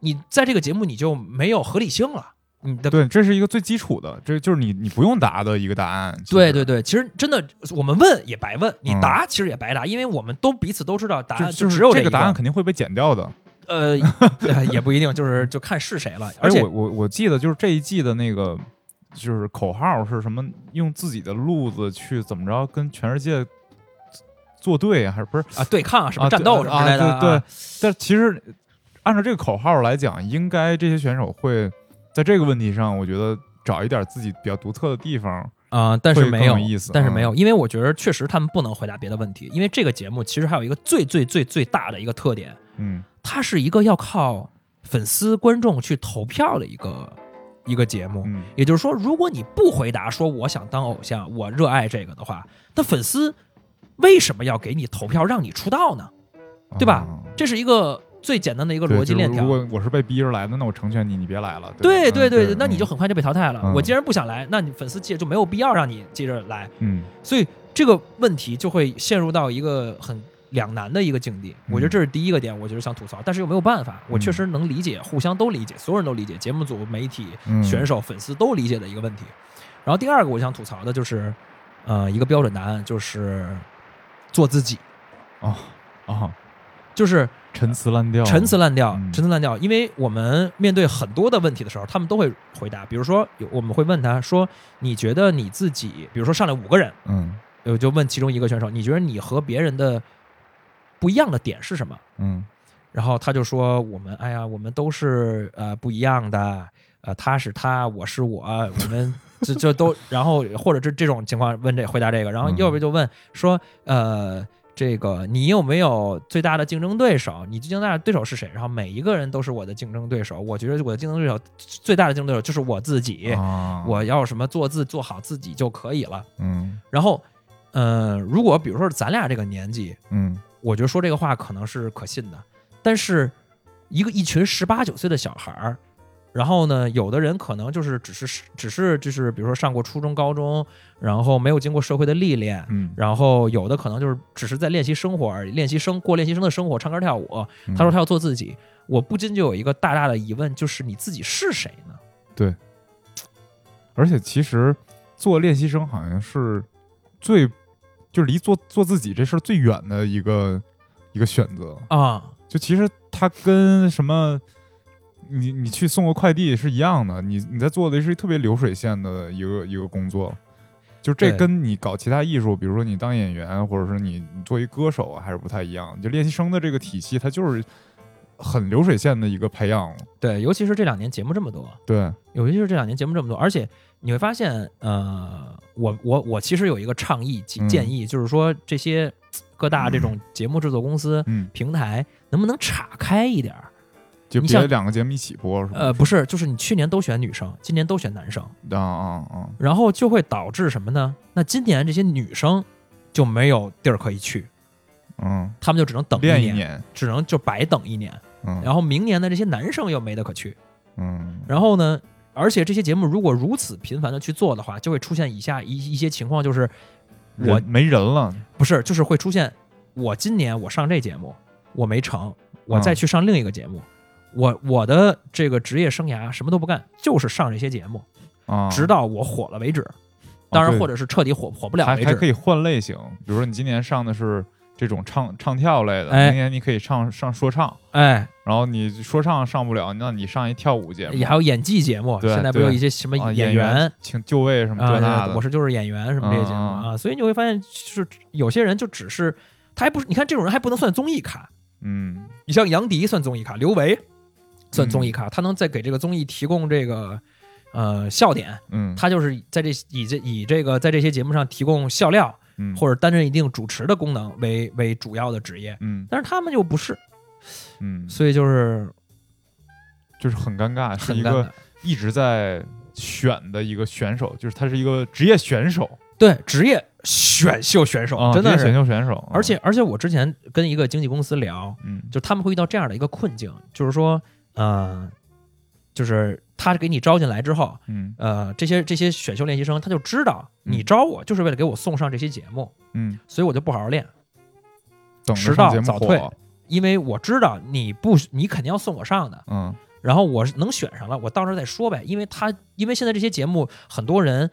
你在这个节目你就没有合理性了，你的对，这是一个最基础的，这就是你你不用答的一个答案。其实对对，对，其实真的，我们问也白问，你嗯答其实也白答，因为我们都彼此都知道答就案，就是只有这个答案，肯定会被剪掉的。呃， 呃也不一定，就是就看是谁 了。而而且哎我我我记得就是这一季的那个就是口号是什么？用自己的路子去怎么着跟全世界作对，还是不是？啊，对抗啊，什么啊战对斗什么之类的啊啊，对对，但其实按照这个口号来讲，应该这些选手会在这个问题上，我觉得找一点自己比较独特的地方。啊，但是会更没有有意思但是没嗯有，因为我觉得确实他们不能回答别的问题，因为这个节目其实还有一个最最最最大的一个特点，嗯它是一个要靠粉丝观众去投票的一个一个节目，嗯也就是说，如果你不回答说我想当偶像，我热爱这个的话，那粉丝为什么要给你投票让你出道呢？对吧啊这是一个最简单的一个对逻辑就是链条如。果我是被逼着来的，那我成全你，你别来了。对对对吧嗯对对，那你就很快就被淘汰了。嗯我既然不想来，那你粉丝接就没有必要让你接着来，嗯所以这个问题就会陷入到一个很两难的一个境地。我嗯觉得这是第一个点，我觉得想吐槽，但是又没有办法。我确实能理解，互相都理解，所有人都理解，节目组、媒体、嗯选手、粉丝都理解的一个问题。然后第二个我想吐槽的就是，呃，一个标准答案就是做自己。啊啊就是陈词滥调，陈词滥调，嗯陈词滥调。因为我们面对很多的问题的时候，他们都会回答，比如说有我们会问他说：“你觉得你自己，比如说上来五个人，嗯我就问其中一个选手，你觉得你和别人的不一样的点是什么？”嗯然后他就说：“我们，哎呀，我们都是呃不一样的，呃，他是他，我是我，我们这这都，然后或者这这种情况问这回答这个，然后嗯要不就问说，呃，这个你有没有最大的竞争对手？你最大的对手是谁？然后每一个人都是我的竞争对手，我觉得我的竞争对手最大的竞争对手就是我自己，啊，我要什么做自做好自己就可以了。嗯然后，呃，如果比如说是咱俩这个年纪，嗯我觉得说这个话可能是可信的，但是一个一群十八九岁的小孩儿，然后呢，有的人可能就是只是只是就是比如说上过初中、高中，然后没有经过社会的历练，嗯，然后有的可能就是只是在练习生活而已，练习生过练习生的生活，唱歌跳舞。嗯他说他要做自己，我不禁就有一个大大的疑问，就是你自己是谁呢？而且其实做练习生好像是最就是离做做自己这事儿最远的一个一个选择。啊，就其实它跟什么你你去送个快递是一样的，你你在做的是特别流水线的一个一个工作。就这对跟你搞其他艺术，比如说你当演员，或者是你你做一歌手啊，还是不太一样。就练习生的这个体系，它就是很流水线的一个培养。对，尤其是这两年节目这么多，对，尤其是这两年节目这么多，而且你会发现，呃，我我我其实有一个倡议嗯建议，就是说这些嘖各大这种节目制作公司、嗯，平台能不能岔开一点儿？就你别像两个节目一起播是吧？呃，不是，就是你去年都选女生，今年都选男生，啊啊啊！然后就会导致什么呢？那今年这些女生就没有地儿可以去，嗯，他们就只能等一练年，一年，只能就白等一年。嗯然后明年的这些男生又没得可去，嗯然后呢，而且这些节目如果如此频繁的去做的话，就会出现以下一一些情况，就是我人没人了，不是，就是会出现我今年我上这节目我没成，我嗯再去上另一个节目，我我的这个职业生涯什么都不干，就是上这些节目，啊，直到我火了为止。当哦对然，或者是彻底火火不了还为还可止。以换类型，比如说你今年上的是这种唱唱跳类的，哎明年你可以上上说唱，哎，然后你说唱上不了，那你上一跳舞节目，也还有演技节目，对现在不是有对一些什么啊演演员请就位什么这那啊，嗯的，我是就是演员什么这些节目嗯嗯啊，所以你会发现，就是有些人就只是他还不是，你看这种人还不能算综艺咖，嗯你像杨迪算综艺咖，刘维算嗯综艺咖，他能再给这个综艺提供这个呃笑点，嗯他就是在这以这以这个在这些节目上提供笑料嗯，或者担任一定主持的功能为为主要的职业，嗯但是他们又不是，嗯，所以就是就是很尴尬，是很一尴个尬。一直在选的一个选手，就是他是一个职业选手，对职业选秀选手、啊，真的职业选是，秀选手，而且而且我之前跟一个经纪公司聊，嗯就他们会遇到这样的一个困境，就是说，呃，就是他给你招进来之后，嗯呃，这些这些选秀练习生，他就知道嗯你招我就是为了给我送上这些节目，嗯，所以我就不好好练，等迟着到上节目早退火，因为我知道你不，你肯定要送我上的，嗯然后我能选上了，我到时候再说呗。因为他，因为现在这些节目，很多人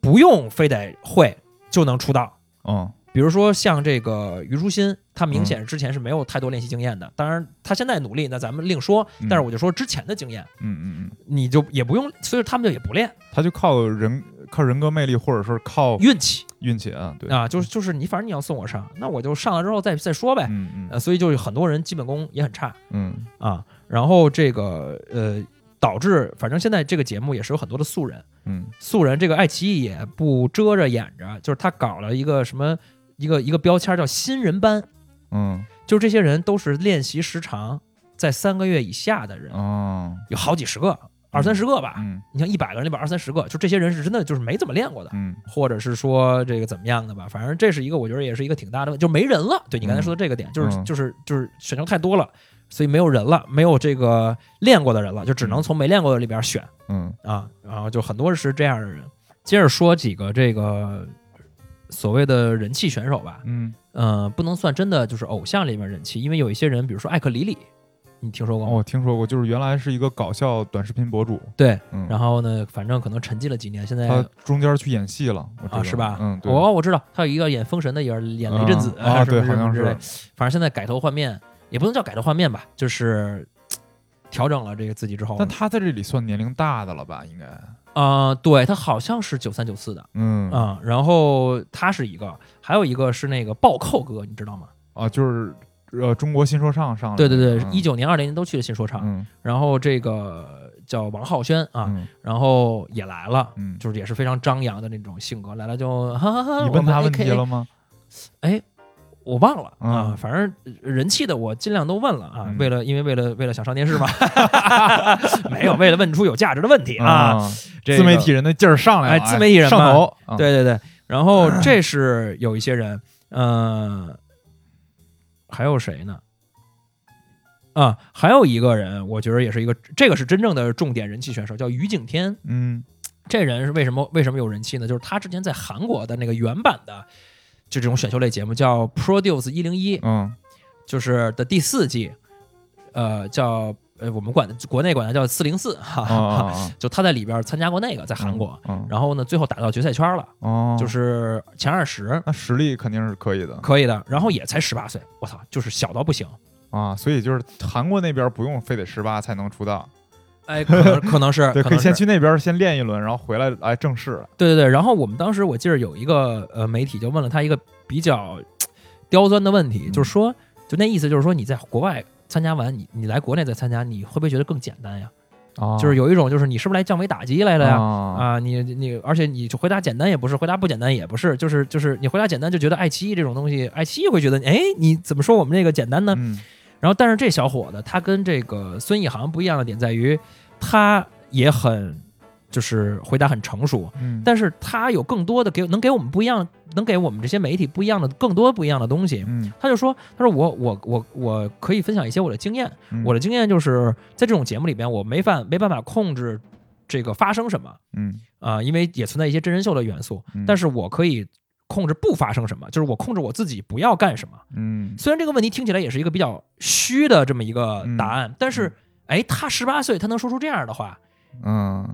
不用非得会就能出道，嗯比如说像这个虞书欣，她明显之前是没有太多练习经验的，当然她现在努力，那咱们另说。嗯但是我就说之前的经验，嗯嗯嗯。你就也不用，所以他们就也不练他就靠人靠人格魅力，或者说靠运气运气啊，对，啊，就是就是你反正你要送我上，那我就上了之后再再说呗。嗯呃，嗯所以就是很多人基本功也很差嗯啊，然后这个呃导致反正现在这个节目也是有很多的素人，嗯素人这个爱奇艺也不遮着掩着，就是他搞了一个什么一个一个标签叫新人班。嗯就是这些人都是练习时长在三个月以下的人，哦，有好几十个，二三十个吧。嗯你像一百个人里边二三十个，就这些人是真的就是没怎么练过的，嗯或者是说这个怎么样的吧。反正这是一个我觉得也是一个挺大的问，就没人了。对你刚才说的这个点，就是嗯就是就是选秀太多了，所以没有人了，没有这个练过的人了，就只能从没练过的里边选嗯啊。然后就很多是这样的人。接着说几个这个所谓的人气选手吧，嗯呃，不能算真的就是偶像里面人气，因为有一些人，比如说艾克里里，你听说过吗？哦我听说过，就是原来是一个搞笑短视频博主，对，嗯，然后呢，反正可能沉寂了几年，现在啊他中间去演戏了，我知道哎啊，是吧？嗯，对，哦，我知道，他有一个演封神的，也是演雷震子呃嗯啊，什么对，好像之是类，反正现在改头换面，也不能叫改头换面吧，就是嘖调整了这个自己之后，但他在这里算年龄大的了吧？应该，啊、对他好像是九三九四的嗯啊、然后他是一个，还有一个是那个暴扣哥，你知道吗？啊，就是呃，中国新说唱上来对的，对对，嗯一九年、二零年都去了新说唱，嗯然后这个叫王浩轩啊，嗯然后也来了。嗯，就是也是非常张扬的那种性格，来了就哈哈哈。你问他我们问题 AKA 了吗？我忘了嗯啊，反正人气的我尽量都问了啊嗯，为了因为为了为了想上电 视嘛， 没有为了问出有价值的问题啊，，这嗯个自媒体人的劲儿上来了，哎自媒体人上嘛头，啊，对对对，然后这是有一些人，嗯，还有谁呢？啊，还有一个人，我觉得也是一个，这个是真正的重点人气选手，叫于景天。 嗯这人是为什么为什么有人气呢？就是他之前在韩国的那个原版的，就这种选秀类节目叫《Produce 一零一》，嗯就是的第四季，呃，叫呃，我们管国内管它叫四零四，哈啊哈，啊哈，啊，就他在里边参加过那个，在韩国，嗯，嗯然后呢，最后打到决赛圈了，哦，就是前二十，那实力肯定是可以的可以的，然后也才十八岁，我操，就是小到不行，啊，所以就是韩国那边不用非得十八才能出道，哎，可能 可能是，对，可可以能是先，去那边先练一轮，然后回来来正式了。对对对，然后我们当时我记得有一个呃媒体就问了他一个比较刁钻的问题，嗯就是说，就那意思就是说你在国外。参加完你，你来国内再参加，你会不会觉得更简单呀？啊就是有一种，就是你是不是来降维打击来了呀？啊哦啊，你你，而且你回答简单也不是，回答不简单也不是，就是就是你回答简单就觉得爱奇艺这种东西，爱奇艺会觉得，哎，你怎么说我们这个简单呢？嗯然后，但是这小伙子他跟这个孙一航不一样的点在于，他也很就是回答很成熟，嗯，但是他有更多的给能给我们不一样，能给我们这些媒体不一样的更多不一样的东西。嗯，他就说，他说我我我我可以分享一些我的经验，嗯我的经验就是在这种节目里边，我没办没办法控制这个发生什么。嗯，啊、因为也存在一些真人秀的元素，嗯但是我可以控制不发生什么，就是我控制我自己不要干什么。嗯虽然这个问题听起来也是一个比较虚的这么一个答案，但是哎，他十八岁，他能说出这样的话，嗯，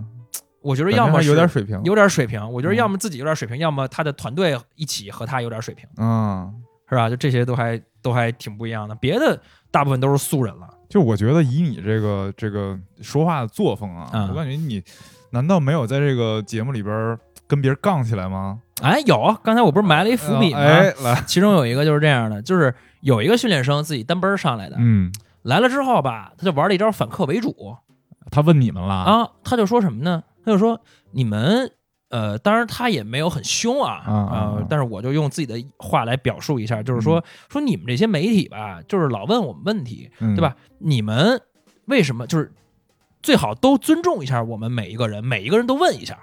我觉得感觉要么还是有点水平，有点水平，我觉得嗯要么自己有点水平，要么他的团队一起和他有点水平，嗯，是吧？就这些都还都还挺不一样的，别的大部分都是素人了。就我觉得以你这个这个说话的作风啊，嗯我感觉你难道没有在这个节目里边儿跟别人杠起来吗？哎，有啊，刚才我不是埋了一伏笔吗？哎，来，其中有一个就是这样的，就是有一个训练生自己单奔儿上来的，嗯，来了之后吧，他就玩了一招反客为主他问你们了啊啊，他就说什么呢？他就说你们呃，当然他也没有很凶啊，啊啊呃啊，嗯但是我就用自己的话来表述一下，就是说、说你们这些媒体吧，就是老问我们问题，对对？吧？你们为什么就是最好都尊重一下我们每一个人，每一个人都问一下，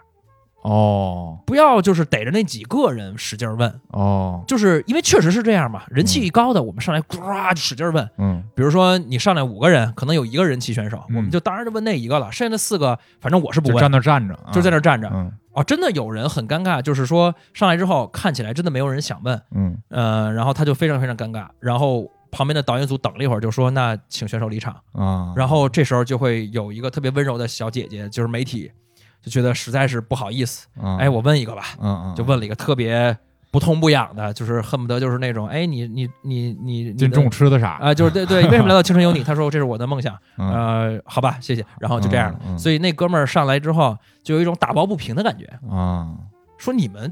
哦不要就是逮着那几个人使劲儿问，哦，就是因为确实是这样嘛，人气一高的，我们上来呱就使劲儿问。嗯比如说你上来五个人，可能有一个人气选手，嗯我们就当然就问那一个了，剩下的四个，反正我是不就问站，那儿站着，啊就在那儿站着。嗯哦，真的有人很尴尬，就是说上来之后看起来真的没有人想问，嗯呃，然后他就非常非常尴尬，然后。旁边的导演组等了一会儿，就说：“那请选手离场。啊”，然后这时候就会有一个特别温柔的小姐姐，就是媒体，就觉得实在是不好意思，后哎，，我问一个吧，啊嗯嗯，就问了一个特别不痛不痒的，就是恨不得就是那种，哎，你你你你你今的中午吃的啥啊、？就是 对对，为什么来到青春有你？他说这是我的梦想，嗯呃，好吧，谢谢，然后就这样了。嗯嗯嗯所以那哥们儿上来之后，就有一种打抱不平的感觉，啊，说你们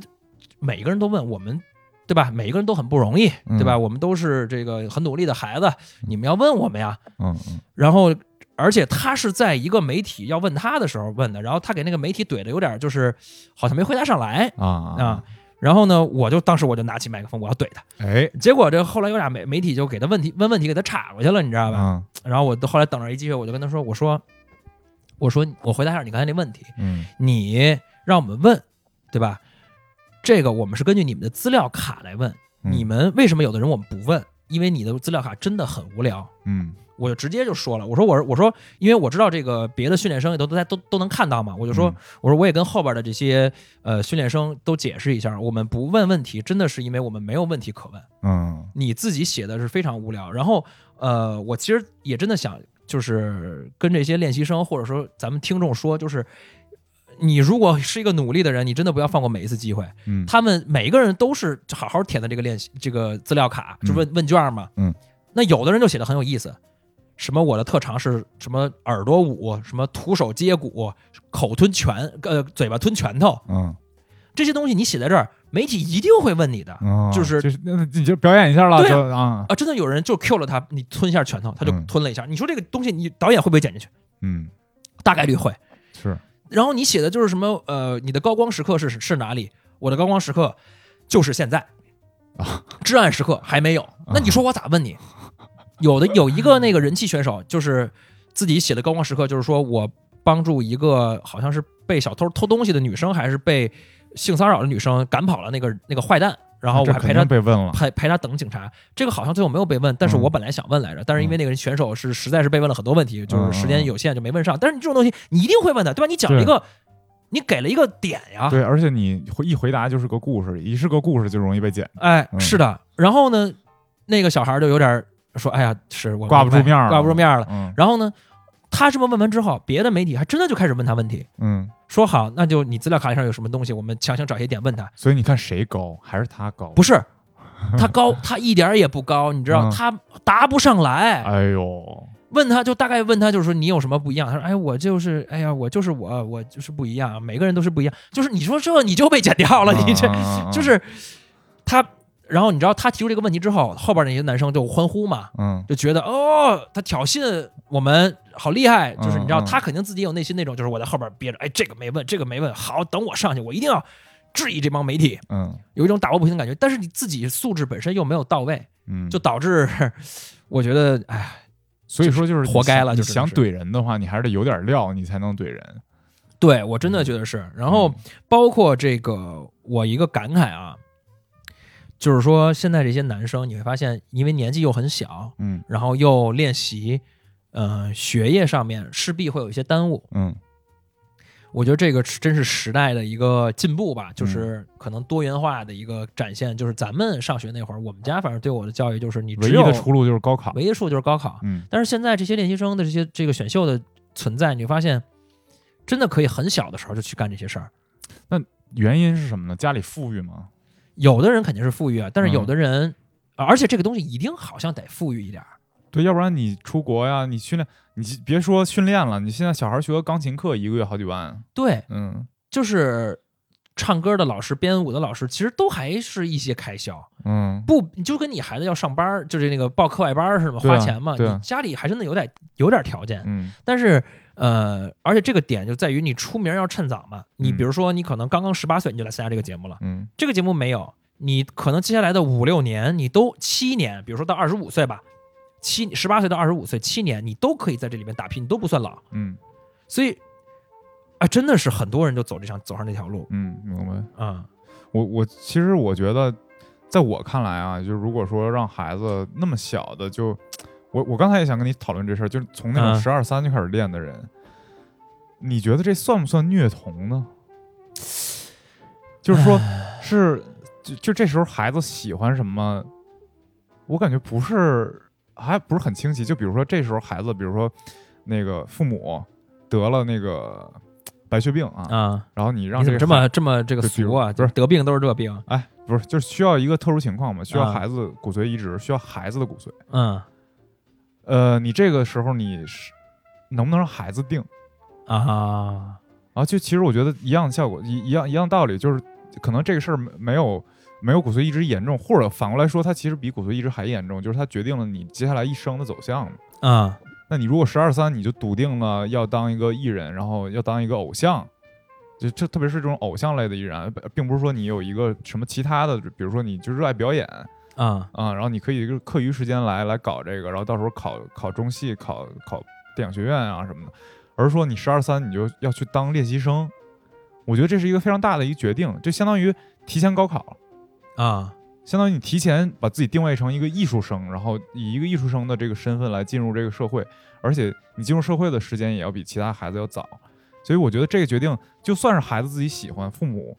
每个人都问我们，对吧？每一个人都很不容易，嗯对吧？我们都是这个很努力的孩子，你们要问我们呀。嗯嗯然后，而且他是在一个媒体要问他的时候问的，然后他给那个媒体怼的有点就是好像没回答上来啊啊，。然后呢，我就当时我就拿起麦克风，我要怼他。哎，结果这后来有俩媒媒体就给他问题问问题给他岔过去了，你知道吧？啊然后我都后来等着一机会，我就跟他说：“我说，我说，我回答一下你刚才那问题，嗯你让我们问，对吧？这个我们是根据你们的资料卡来问，嗯你们为什么有的人我们不问？因为你的资料卡真的很无聊。”嗯我就直接就说了，我说我我说，因为我知道这个别的训练生也都都在都都能看到嘛，我就说、嗯我说我也跟后边的这些呃训练生都解释一下，我们不问问题，真的是因为我们没有问题可问。嗯你自己写的是非常无聊。然后，呃，我其实也真的想就是跟这些练习生或者说咱们听众说，就是你如果是一个努力的人，你真的不要放过每一次机会。嗯，他们每一个人都是好好填的这个练习这个资料卡，就问问卷嘛。嗯，那有的人就写的很有意思，什么我的特长是什么耳朵舞，什么徒手接骨，口吞拳，呃，嘴巴吞拳头，嗯，这些东西你写在这儿，媒体一定会问你的。哦就是就是那你就表演一下了，对啊就啊，啊，真的有人就 Q 了他，你吞一下拳头，他就嗯吞了一下。你说这个东西，你导演会不会剪进去？嗯，大概率会。是，然后你写的就是什么？呃，你的高光时刻是是哪里？我的高光时刻就是现在啊，至暗时刻还没有。那你说我咋问你？有的有一个那个人气选手，就是自己写的高光时刻，就是说我帮助一个好像是被小偷偷东西的女生，还是被性骚扰的女生赶跑了那个那个坏蛋，然后我这还肯陪他定被问了，陪陪他等警察，这个好像最后没有被问，但是嗯我本来想问来着，但是因为那个人选手是实在是被问了很多问题，就是时嗯间有限就没问上。但是你这种东西你一定会问的，对吧？你讲一个，你给了一个点呀，对，而且你回一回答就是个故事，一是个故事就容易被剪，哎，嗯是的。然后呢，那个小孩就有点说，哎呀，是我挂不住面儿了挂不住面儿了。嗯然后呢，他这么问完之后，别的媒体还真的就开始问他问题，嗯，说好，那就你资料卡上有什么东西，我们强行找一些点问他。所以你看谁高，还是他高？不是，他高，他一点儿也不高，你知道，嗯他答不上来。哎呦，问他就大概问他，就是说你有什么不一样？他说：“哎，我就是，哎呀，我就是我，我就是不一样。每个人都是不一样。就是你说这你就被剪掉了，你这、啊啊啊就是他。然后你知道他提出这个问题之后，后边那些男生就欢呼嘛，嗯就觉得哦，他挑衅我们好厉害。就是你知道嗯嗯他肯定自己有内心那种，就是我在后边憋着，哎，这个没问，这个没问，好，等我上去，我一定要质疑这帮媒体，嗯有一种打抱不平的感觉。但是你自己素质本身又没有到位，嗯，就导致我觉得，哎。”所以说就是你活该想了就你是想是怼人的话，你还是得有点料，你才能怼人。对我嗯真的觉得是。然后包括这个，我一个感慨啊，就是说现在这些男生，你会发现，因为年纪又很小，嗯然后又练习，呃，学业上面势必会有一些耽误。嗯我觉得这个是真是时代的一个进步吧，嗯就是可能多元化的一个展现。就是咱们上学那会儿，我们家反正对我的教育就是你唯只一有的出路就是高考。唯一的出路就是高考。嗯但是现在这些练习生的这些这个选秀的存在，你会发现，真的可以很小的时候就去干这些事儿。原因是什么呢？家里富裕吗？有的人肯定是富裕啊，但是嗯有的人，啊而且这个东西一定好像得富裕一点儿。对，要不然你出国呀，你训练，你别说训练了，你现在小孩学个钢琴课一个月好几万，对，嗯就是唱歌的老师、编舞的老师，其实都还是一些开销。嗯，不，你就跟你孩子要上班儿，就是那个报课外班儿是吗？对啊花钱嘛，对啊你家里还真的有点有点条件。嗯但是，呃，而且这个点就在于你出名要趁早嘛。你嗯比如说，你可能刚刚十八岁你就来参加这个节目了，嗯这个节目没有，你可能接下来的五六年，你都七年，比如说到二十五岁吧，七十八岁到二十五岁，七年你都可以在这里面打拼，你都不算老。嗯所以，啊，真的是很多人就走这条走上这条路嗯，明白。啊、我我其实我觉得，在我看来啊，就是如果说让孩子那么小的就，我我刚才也想跟你讨论这事儿，就是从那嗯种十二三就开始练的人，你觉得这算不算虐童呢？就是说，是就就这时候孩子喜欢什么，我感觉不是还不是很清晰。就比如说这时候孩子，比如说那个父母得了那个白血病啊，啊！然后你让你这怎么这个孩么这么这个就比俗如啊？不是得病都是这病，哎，不是，就是需要一个特殊情况嘛，需要啊孩子骨髓移植，需要孩子的骨髓。嗯呃，你这个时候你是能不能让孩子定啊啊？就其实我觉得一样的效果，一一样一样道理，就是可能这个事儿没没有没有骨髓移植严重，或者反过来说，它其实比骨髓移植还严重，就是它决定了你接下来一生的走向嘛。啊那你如果十二三你就笃定了要当一个艺人，然后要当一个偶像，就这特别是这种偶像类的艺人，呃并不是说你有一个什么其他的，比如说你就热爱表演，啊啊、然后你可以就是课余时间来来搞这个，然后到时候考考中戏、考考电影学院啊什么的，而是说你十二三你就要去当练习生，我觉得这是一个非常大的一个决定，就相当于提前高考，啊！相当于你提前把自己定位成一个艺术生，然后以一个艺术生的这个身份来进入这个社会，而且你进入社会的时间也要比其他孩子要早，所以我觉得这个决定就算是孩子自己喜欢，父母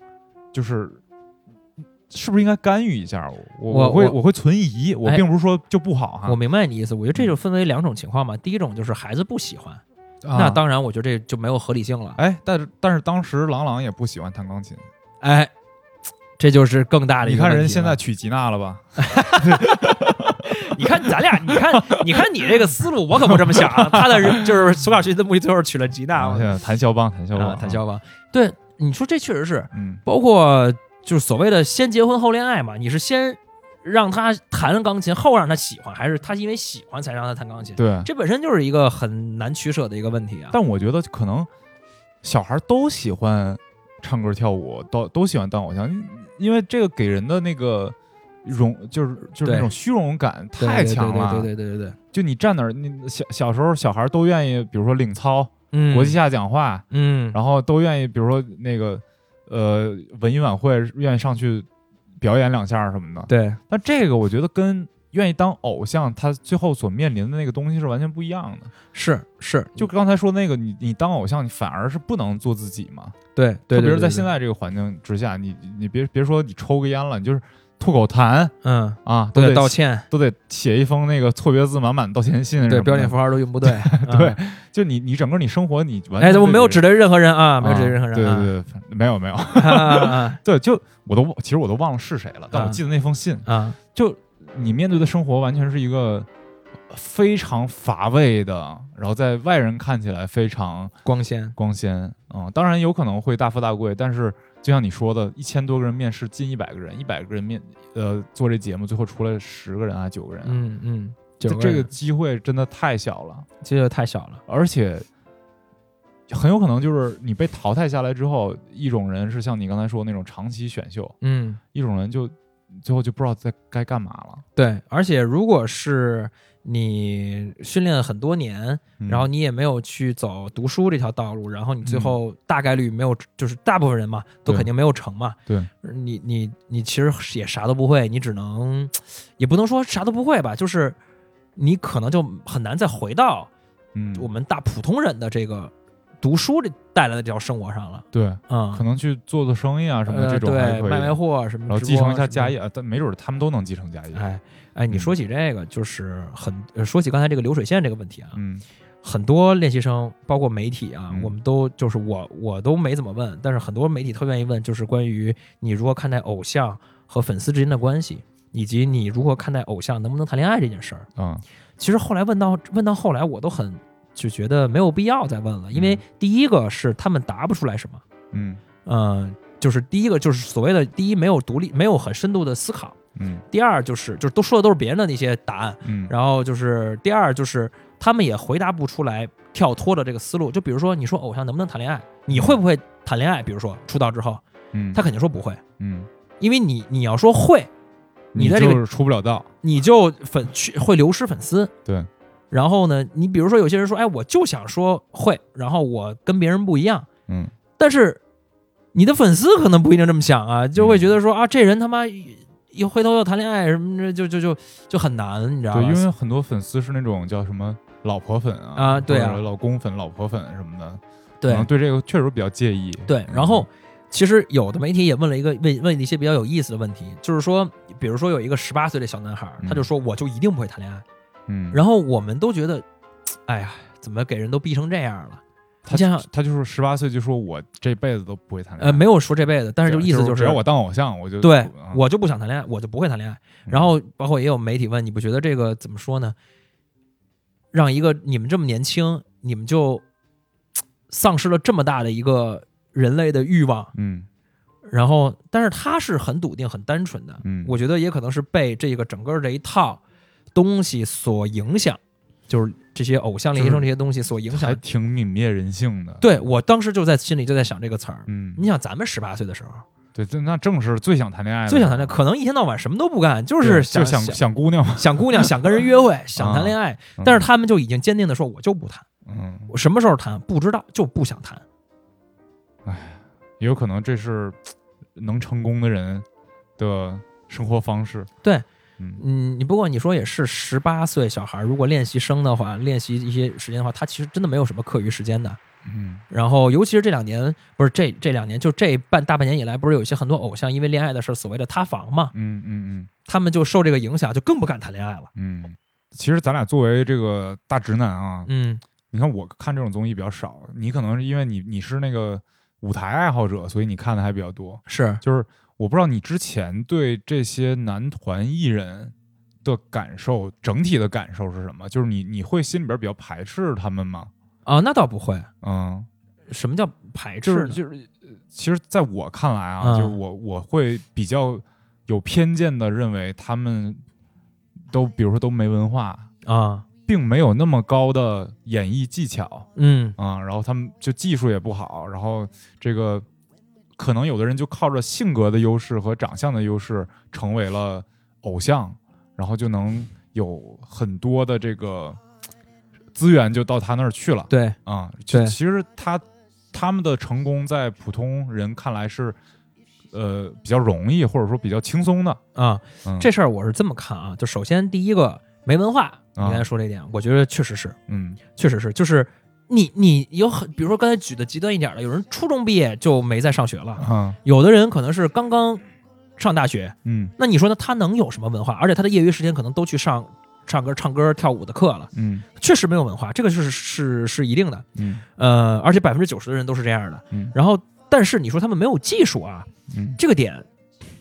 就是是不是应该干预一下？我我会我我会存疑，我哎并不是说就不好哈。我明白你意思，我觉得这就分为两种情况嘛。第一种就是孩子不喜欢，啊那当然我觉得这就没有合理性了。哎，但是但是当时郎朗也不喜欢弹钢琴，哎，这就是更大的一你个看问题了。啊人现在娶吉娜了吧？ 你看咱俩，你看，你看你这个思路，我可不这么想啊。他的人就是苏小旭的目的，最后娶了吉娜啊，现嘛，在弹肖邦，弹肖邦，啊，谭肖邦。对，你说这确实是，嗯，包括就是所谓的先结婚后恋爱嘛，你是先让他弹钢琴，后让他喜欢，还是他因为喜欢才让他弹钢琴？对。这本身就是一个很难取舍的一个问题啊。但我觉得可能小孩都喜欢唱歌跳舞，都都喜欢当偶像，因因为这个给人的那个荣，就是就是对那种虚荣感对太对强了。对对对对对对，就你站那儿，你小小时候小孩都愿意，比如说领操、嗯，国际下讲话，嗯，然后都愿意，比如说那个呃文艺晚会，愿意上去表演两下儿什么的。对但这个我觉得跟愿意当偶像，他最后所面临的那个东西是完全不一样的。是是，就刚才说那个，你你当偶像，你反而是不能做自己嘛。对对，特别是在现在，在这个环境之下，你你别别说你抽个烟了，你就是吐口痰嗯，啊，都都得得道歉，都得写一封那个错别字满满道歉信什么的，对标点符号都用不对，嗯 对嗯。，就你你整个你生活你完全哎，我没有指指对任何人啊，没有指对任何人对啊。对对，反没有没 有，啊对，就我都其实我都忘了是谁了，但我啊记得那封信，啊！就你面对的生活完全是一个非常乏味的，然后在外人看起来非常光鲜， 光鲜啊、嗯当然有可能会大富大贵，但是就像你说的，一千多个人面试，近一百个人，一百个人面呃做这节目，最后出来十个人啊九个人，嗯嗯，就九这个人机会真的太小了，这就太小了。而且。很有可能就是你被淘汰下来之后，一种人是像你刚才说的那种长期选秀，嗯，一种人就最后就不知道在该干嘛了。对，而且如果是你训练了很多年，嗯然后你也没有去走读书这条道路，然后你最后大概率没有，就是大部分人嘛，都对肯定没有成嘛。对，你你你其实也啥都不会，你只能，也不能说啥都不会吧，就是你可能就很难再回到嗯，我们大普通人的这个读书这带来的这条生活上了。对，嗯，可能去做做生意啊什么的呃这种还对，可以，卖卖货啊什么，然后直继播承一下什么家的业，。呃但没准他们都能继承家业。哎哎，你嗯说起这个，就是很呃说起刚才这个流水线这个问题啊，嗯很多练习生，包括媒体啊，嗯我们都就是我我都没怎么问，但是很多媒体特愿意问，就是关于你如何看待偶像和粉丝之间的关系，以及你如何看待偶像能不能谈恋爱这件事儿。啊其实后来问到问到后来，我都很就觉得没有必要再问了，因为嗯第一个是他们答不出来什么。嗯嗯，就是第一个就是所谓的第一没有独立，没有很深度的思考；嗯第二就是就是都说的都是别人的那些答案，嗯，然后就是第二就是他们也回答不出来跳脱的这个思路。就比如说你说偶像能不能谈恋爱，你会不会谈恋爱？比如说出道之后，嗯他肯定说不会，嗯，因为你你要说会，你在这就个是出不了道。你就粉去会流失粉丝。对，然后呢，你比如说有些人说，哎，我就想说会，然后我跟别人不一样，嗯但是你的粉丝可能不一定这么想啊，嗯就会觉得说啊，这人他妈一一回头又谈恋爱什么的，就就就就很难，你知道吧？对，因为很多粉丝是那种叫什么老婆粉啊，啊对啊或者老公粉、老婆粉什么的，可能对对这个确实比较介意。嗯对，然后。其实有的媒体也问了一个问问了一些比较有意思的问题，就是说，比如说有一个十八岁的小男孩，嗯他就说我就一定不会谈恋爱，嗯，后然后我们都觉得，哎呀，怎么给人都逼成这样了？他你想想，他就是十八岁就说我这辈子都不会谈恋爱，呃，没有说这辈子，但是就意思就就是啊只要我当偶像，我就对啊我就不想谈恋爱，我就不会谈恋爱。嗯然后包括也有媒体问，你不觉得这个怎么说呢？让一个你们这么年轻，你们就嘖丧失了这么大的一个人类的欲望，嗯然后但是他是很笃定、很单纯的，嗯，我觉得也可能是被这个整个这一套东西所影响，就是这些偶像练习生就这些东西所影还响。挺泯灭人性的。，对我当时就在心里就在想这个词儿。嗯，你想，咱们十八岁的时候，对，这那正是最想谈恋爱的，最想谈恋爱，可能一天到晚什么都不干，就就是哎就想想姑娘嘛。想姑娘，想跟人约会，想谈恋爱，啊嗯但是他们就已经坚定的说，我就不谈，嗯，我什么时候谈不知道，就不想谈。也有可能这是能成功的人的生活方式。对，嗯嗯，你不过你说也是，十八岁小孩儿如果练习生的话，练习一些时间的话，他其实真的没有什么课余时间的。嗯然后，尤其是这两年，不是这这两年，就这半大半年以来，不是有一些很多偶像因为恋爱的事儿，所谓的塌房嘛，嗯嗯他们就受这个影响，就更不敢谈恋爱了。嗯嗯。其实咱俩作为这个大直男啊，嗯，你看我看这种综艺比较少，你可能是因为你你是那个舞台爱好者，所以你看的还比较多。是就是我不知道你之前对这些男团艺人的感受，整体的感受是什么？就是你你会心里边比较排斥他们吗？啊，那倒不会。嗯，什么叫排就斥是呢？就是，呃其实在我看来啊，嗯就是我我会比较有偏见的认为他们都，比如说都没文化，啊，并没有那么高的演绎技巧嗯啊、然后他们就技术也不好，然后这个可能有的人就靠着性格的优势和长相的优势成为了偶像，然后就能有很多的这个资源就到他那儿去了。对，啊、对其其实他他们的成功在普通人看来是呃比较容易，或者说比较轻松的。啊，嗯，啊这事儿我是这么看啊，就首先第一个没文化，你刚才说这一点，我觉得确实是，嗯确实是，就是你你有很，比如说刚才举的极端一点的，有人初中毕业就没再上学了，啊有的人可能是刚刚上大学，嗯那你说呢？他能有什么文化？而且他的业余时间可能都去上唱歌、唱歌、跳舞的课了，嗯确实没有文化，这个是是是一定的。嗯呃，而且百分之九十的人都是这样的。嗯然后，但是你说他们没有技术啊，嗯这个点，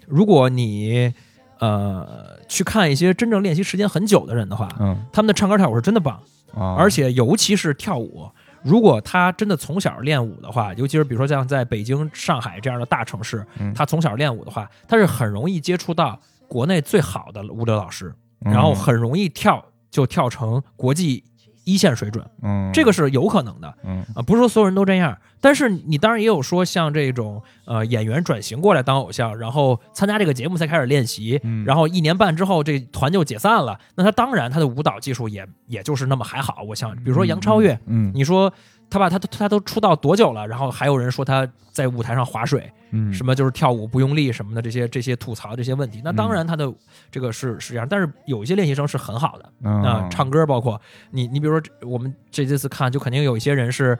如果你呃去看一些真正练习时间很久的人的话，嗯他们的唱歌跳舞是真的棒，啊，而且尤其是跳舞。如果他真的从小练舞的话，尤其是比如说像在北京、上海这样的大城市，嗯他从小练舞的话，他是很容易接触到国内最好的舞蹈老师，嗯然后很容易跳就跳成国际一线水准，嗯这个是有可能的嗯啊、不是说所有人都这样，但是你当然也有说像这种呃演员转型过来当偶像，然后参加这个节目才开始练习，嗯然后一年半之后这团就解散了，那他当然他的舞蹈技术也也就是那么还好，我想，比如说杨超越，嗯你说他把他他都出道多久了，然后还有人说他在舞台上划水，嗯什么就是跳舞不用力什么的这些这些吐槽这些问题。那当嗯然他的这个是是这样，但是有一些练习生是很好的么啊、唱歌包括你你比如说这我们这这次看就肯定有一些人是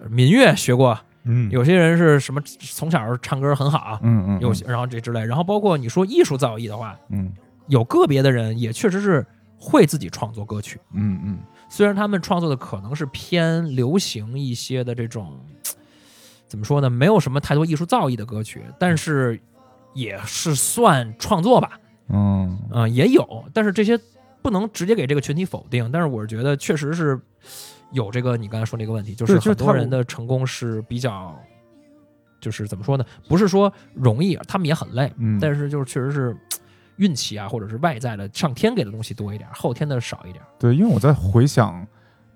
呃民乐学过，嗯有些人是什么从小唱歌很好，嗯嗯有些然后这之类，然后包括你说艺术造诣的话，嗯有个别的人也确实是会自己创作歌曲，嗯嗯虽然他们创作的可能是偏流行一些的这种，怎么说呢，没有什么太多艺术造诣的歌曲，但是也是算创作吧，嗯嗯、也有，但是这些不能直接给这个群体否定，但是我是觉得确实是有这个你刚才说那个问题，就是对就是很多他人的成功是比较，就是怎么说呢，不是说容易，他们也很累，嗯，但是是就是确实是。运气啊，或者是外在的上天给的东西多一点，后天的少一点。对，因为我在回想，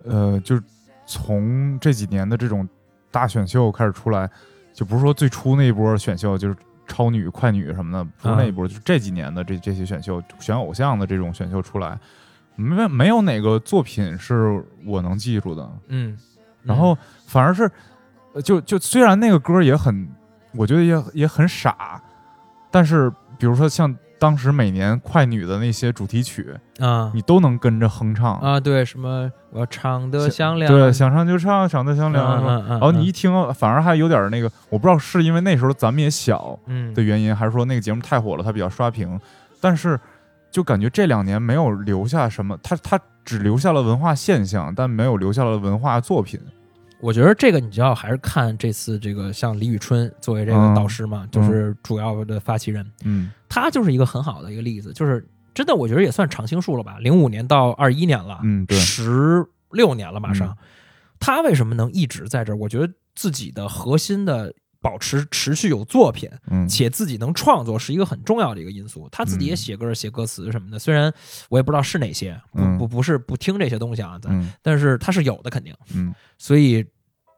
呃，就是从这几年的这种大选秀开始出来，就不是说最初那一波选秀就是超女、快女什么的，不是那一波，就这几年的这这些选秀选偶像的这种选秀出来，没没有哪个作品是我能记住的，嗯，然后反而是，呃就就虽然那个歌也很，我觉得也也很傻，但是比如说像当时每年快女的那些主题曲，啊，你都能跟着哼唱。啊，对，什么我要唱得响亮，对，想唱就唱，想得响亮。啊嗯是吧嗯嗯然后你嗯一听，反而还有点那个，我不知道是因为那时候咱们也小嗯，的原因，还是说那个节目太火了，它比较刷屏。但是就感觉这两年没有留下什么，它它只留下了文化现象，但没有留下了文化作品。我觉得这个你就要还是看这次这个像李宇春作为这个嗯导师嘛，就是主要的发起人，嗯他就是一个很好的一个例子，就是真的我觉得也算常青树了吧，零五年到二一年了，嗯，对，十六年了马上嗯，他为什么能一直在这儿？我觉得自己的核心的保持持续有作品，嗯且自己能创作是一个很重要的一个因素。他自己也嗯写歌、写歌词什么的，虽然我也不知道是哪些，不嗯不不是不听这些东西啊，咱嗯但是他是有的肯定，嗯所以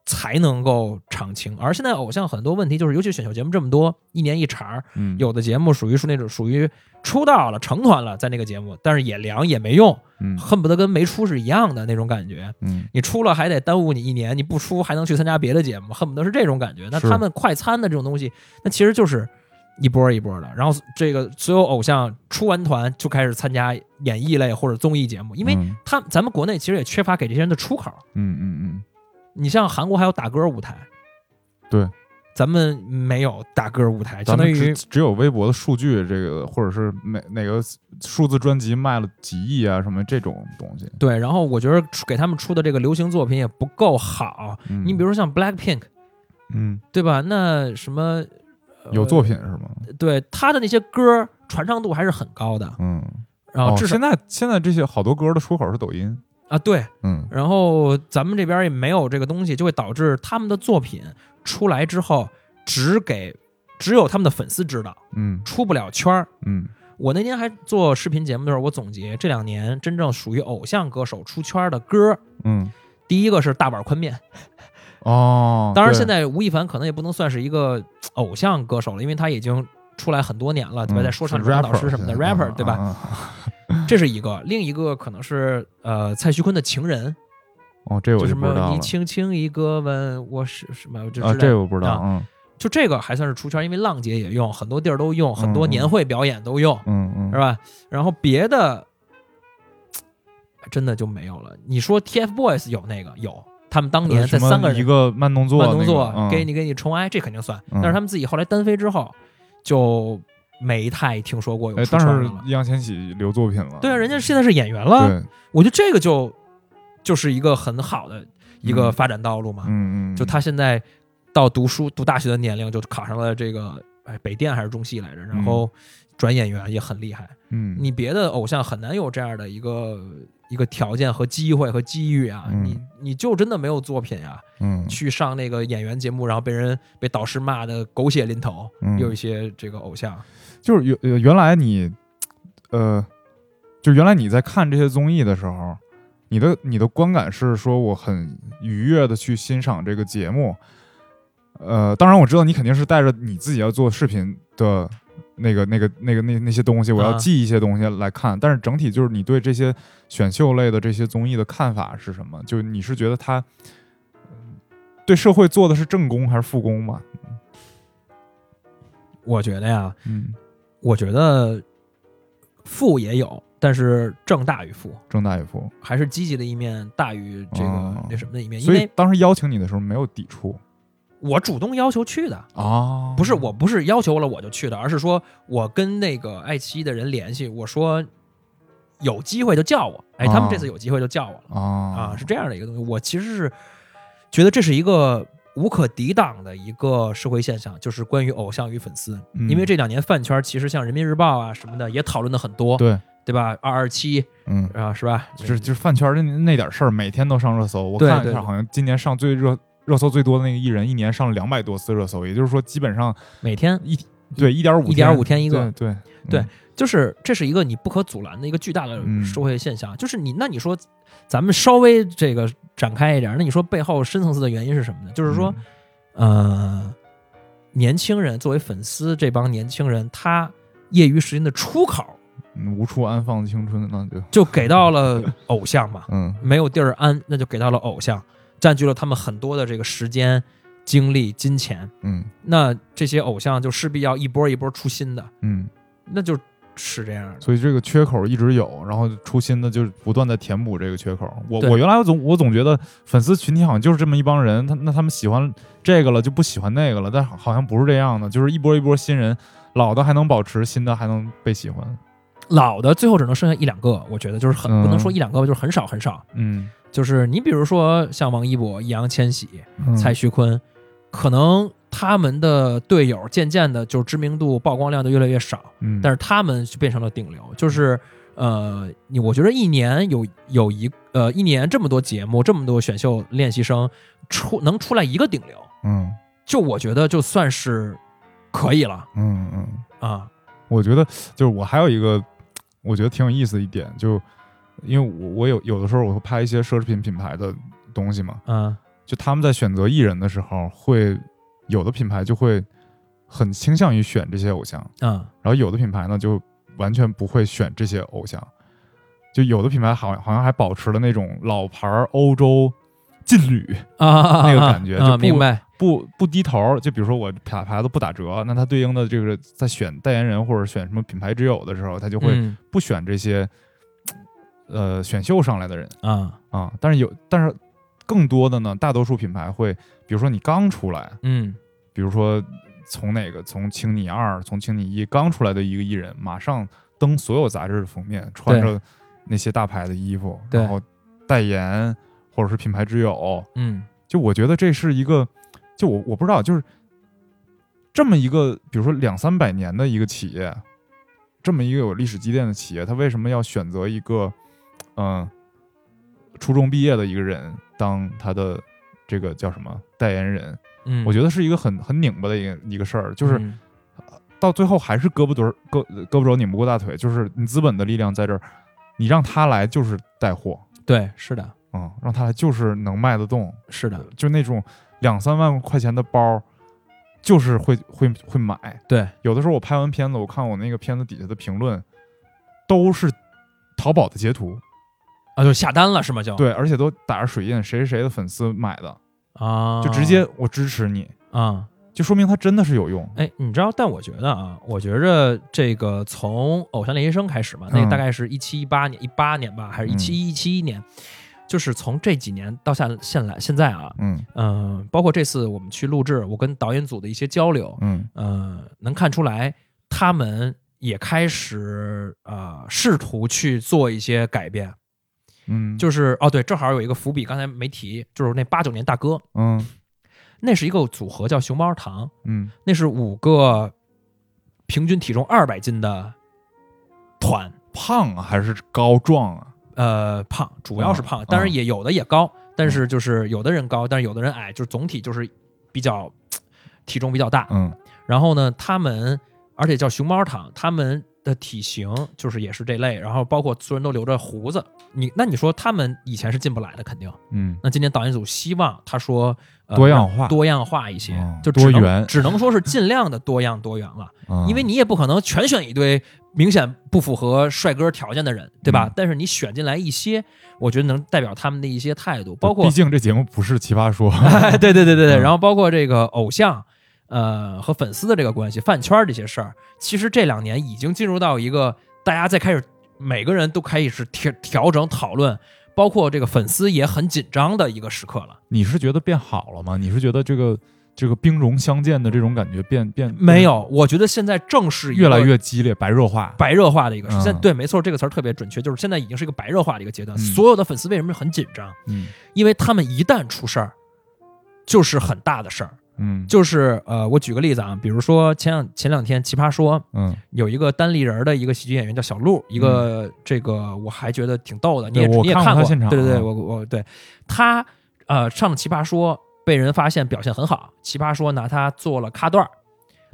才能够长青。而现在偶像很多问题就是，尤其选秀节目这么多，一年一茬儿，嗯，有的节目属于是那种属于出道了、成团了，在那个节目，但是也凉也没用，嗯恨不得跟没出是一样的那种感觉。嗯你出了还得耽误你一年，你不出还能去参加别的节目，恨不得是这种感觉。那他们快餐的这种东西，那其实就是一波一波的。然后这个所有偶像出完团就开始参加演艺类或者综艺节目，因为嗯他咱们国内其实也缺乏给这些人的出口。嗯嗯你像韩国还有打歌舞台，对，咱们没有打歌舞台，咱相当们于只只有微博的数据，这个或者是哪哪个数字专辑卖了几亿啊，什么这种东西。对。然后我觉得出给他们出的这个流行作品也不够好。嗯、你比如像 Black Pink，嗯，对吧？那什么呃有作品是吗？对他的那些歌传唱度还是很高的，嗯，然后哦至少、现在现在这些好多歌的出口是抖音，啊对，嗯然后咱们这边也没有这个东西，就会导致他们的作品出来之后，只给只有他们的粉丝知道，嗯出不了圈儿。嗯我那天还做视频节目的时候，我总结这两年真正属于偶像歌手出圈的歌，嗯，第一个是大碗宽面。哦，当然，对现在吴亦凡可能也不能算是一个呃偶像歌手了，因为他已经出来很多年了，对吧？嗯在说唱是领导师 rapper 什么的现在，rapper 对吧？嗯嗯嗯这是一个，另一个可能是呃蔡徐坤的《情人哦，这》，就我什就不知么道你了轻轻一个吻，我是什么就啊，之类的这个我不知道，嗯就这个还算是出圈，因为浪姐也用，很多地儿都用，很多嗯嗯年会表演都用，嗯嗯，是吧？然后别的嘖真的就没有了。你说 TFBOYS 有那个有，他们当年呃在什么三个人一个慢动作那慢个，动作、嗯给你给你宠爱，这肯定算。嗯但是他们自己后来单飞之后，就没太听说过有哎，出但圈的是了。易烊千玺留作品了，对啊，人家现在是演员了，对，嗯我觉得这个就就是一个很好的一个嗯发展道路嘛。嗯嗯，就他现在到读书读大学的年龄，就考上了这个哎北电还是中戏来着，然后转演员也很厉害。嗯，你别的偶像很难有这样的一个一个条件和机会和机遇啊，嗯你你就真的没有作品啊，嗯去上那个演员节目，然后被人被导师骂的狗血淋头，嗯有一些这个偶像，就是原呃原来你，呃，就原来你在看这些综艺的时候，你的你的观感是说我很愉悦的去欣赏这个节目，呃，当然我知道你肯定是带着你自己要做视频的那个那个那个那那些东西，我要啊记一些东西来看，但是整体就是你对这些选秀类的这些综艺的看法是什么？就你是觉得它。嗯对社会做的是正功还是负功嘛？我觉得呀，嗯，我觉得负也有，但是正大于负，正大于负。还是积极的一面大于这个哦那什么的一面，因所以为当时邀请你的时候没有抵触我主动要求去的。啊哦不是，我不是要求了我就去的，而是说我跟那个爱奇艺的人联系，我说有机会就叫我，哎，他们啊这次有机会就叫我了啊啊，是这样的一个东西。我其实是觉得这是一个无可抵挡的一个社会现象，就是关于偶像与粉丝，嗯因为这两年饭圈其实像人民日报啊什么的也讨论的很多，对，对吧？二二七嗯，啊，是吧？就是就是饭圈儿那那点事儿，每天都上热搜。我对看了对一下，对好像今年上最热热搜最多的那个艺人，一年上了两百多次热搜，也就是说，基本上每天一对一点五一点五天一个，对嗯对对就是这是一个你不可阻拦的一个巨大的嗯社会现象。就是你，那你说，咱们稍微这个展开一点，那你说背后深层次的原因是什么呢？就就是说，，呃，年轻人作为粉丝这帮年轻人，他业余时间的出口嗯无处安放青春，那就就给到了偶像 嘛，嗯没有地儿安，那就给到了偶像，占据了他们很多的这个时间、精力、金钱。嗯那这些偶像就势必要一波一波出新的，嗯，那就是这样的。所以这个缺口一直有，然后出新的就是不断的填补这个缺口。我对我原来总我总觉得粉丝群体好像就是这么一帮人，他那他们喜欢这个了就不喜欢那个了，但好好像不是这样的，就是一波一波新人，老的还能保持，新的还能被喜欢。老的最后只能剩下一两个，我觉得就是很嗯不能说一两个吧，就是很少很少。嗯，就是你比如说像王一博、易烊千玺、嗯蔡徐坤，可能他们的队友渐渐的就知名度、曝光量就越来越少，嗯，但是他们就变成了顶流。就是呃，你我觉得一年有有一呃一年这么多节目，这么多选秀练习生出能出来一个顶流，嗯就我觉得就算是可以了嗯嗯，啊。我觉得就是我还有一个，我觉得挺有意思的一点，就因为我我有有的时候我会拍一些奢侈品品牌的东西嘛，嗯，就他们在选择艺人的时候，会有的品牌就会很倾向于选这些偶像，嗯，然后有的品牌呢就完全不会选这些偶像，就有的品牌好像好像还保持了那种老牌儿欧洲劲旅，啊，那个感觉啊就啊不明白，不不低头儿。就比如说我品牌子不打折，那它对应的这个在选代言人或者选什么品牌之友的时候，他就会嗯不选这些、呃选秀上来的人啊。啊。但是有但是更多的呢，大多数品牌会，比如说你刚出来，嗯比如说从哪个从青你二、从青你一刚出来的一个艺人，马上登所有杂志的封面，穿着那些大牌的衣服，对然后代言或者是品牌之友，嗯就我觉得这是一个，就我我不知道，就是这么一个，比如说两三百年的一个企业，这么一个有历史积淀的企业，他为什么要选择一个嗯、呃初中毕业的一个人当他的这个叫什么代言人？嗯，我得觉得是一个很很拧巴的一个一个事儿，就是到最后还是胳膊肘儿胳胳膊肘拧不过大腿，就是你资本的力量在这儿，你让他来就是带货，对，是的，嗯，让他来就是能卖得动，是的，就那种两三万块钱的包，就是会会会买。对，有的时候我拍完片子，我看我那个片子底下的评论，都是淘宝的截图，啊，就下单了是吗？就对，而且都打着水印，谁谁谁的粉丝买的，啊，就直接我支持你，啊，就说明它真的是有用。哎，你知道？但我觉得啊，我觉着这个从《偶像练习生》开始嘛，那个嗯大概是一七一八年、一八年吧，还是一七一七年，就是从这几年到下现来现在啊，嗯嗯、包括这次我们去录制，我跟导演组的一些交流，嗯呃，能看出来他们也开始呃试图去做一些改变，嗯，就是哦对，正好有一个伏笔，刚才没提，就是那八九年大哥，嗯那是一个组合叫熊猫堂，嗯那是五个平均体重二百斤的团，胖啊还是高壮啊？呃，胖主要是啊胖啊，嗯当然也有的也高，但是就是有的人高，但是有的人矮，就是总体就是比较体重比较大。嗯然后呢，他们而且叫熊猫糖，他们的体型就是也是这类，然后包括所有人都留着胡子。你那你说他们以前是进不来的，肯定。嗯那今年导演组希望他说、呃多样化多样化一些，哦就只能多元只能说是尽量的多样多元了，嗯，因为你也不可能全选一堆明显不符合帅哥条件的人，对吧？嗯但是你选进来一些，我觉得能代表他们的一些态度，包括毕竟这节目不是奇葩说，哎， 对对对对对，嗯然后包括这个偶像，呃，和粉丝的这个关系，饭圈儿这些事儿，其实这两年已经进入到一个大家在开始，每个人都开始调调整讨论，包括这个粉丝也很紧张的一个时刻了。 你是觉得变好了吗？你是觉得这个这个兵戎相见的这种感觉变变没有，我觉得现在正是一个越来越激烈，白热化？白热化的一个时，嗯现在对，没错，这个词儿特别准确，就是现在已经是一个白热化的一个阶段。嗯所有的粉丝为什么很紧张？嗯因为他们一旦出事儿，就是很大的事儿。嗯就是呃，我举个例子啊，比如说前两前两天《奇葩说》嗯，有一个单立人儿的一个喜剧演员叫小鹿，一个这个我还觉得挺逗的，你也对我你也看过看他过，现场对对对，啊我我对他呃上了《奇葩说》被人发现表现很好，《奇葩说》拿他做了卡段儿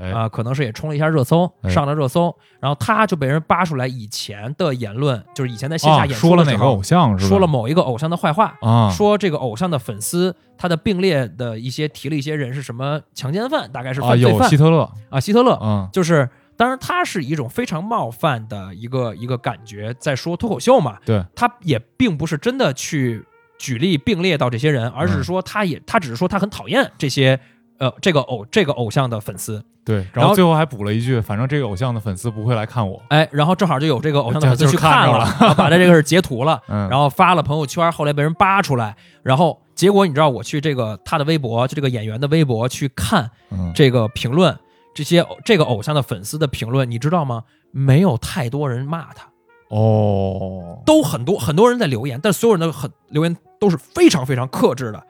哎啊、可能是也冲了一下热搜，哎上了热搜，然后他就被人扒出来以前的言论，就是以前在线下啊，演说出了的时哪个候、偶像是吧？说了某一个偶像的坏话，啊，说这个偶像的粉丝他的并列的一些提了一些人是什么强奸犯，大概是啊，犯罪有犯希特勒啊希特勒，啊，就是当然他是以一种非常冒犯的一个一个感觉在说脱口秀嘛，对，他也并不是真的去举例并列到这些人，而嗯是说他也他只是说他很讨厌这些。呃，这个偶这个偶像的粉丝，对，然然后后最后还补了一句，反正这个偶像的粉丝不会来看我，哎，然后正好就有这个偶像的粉丝就是去看看着了，然后把他这个是截图了，嗯，然后发了朋友圈，后来被人扒出来，然后结果你知道我去这个他的微博，就这个演员的微博去看嗯这个评论，这些偶这个偶像的粉丝的评论，你知道吗？没有太多人骂他，哦，都很多很多人在留言，但所有人的很留言都是非常非常克制的，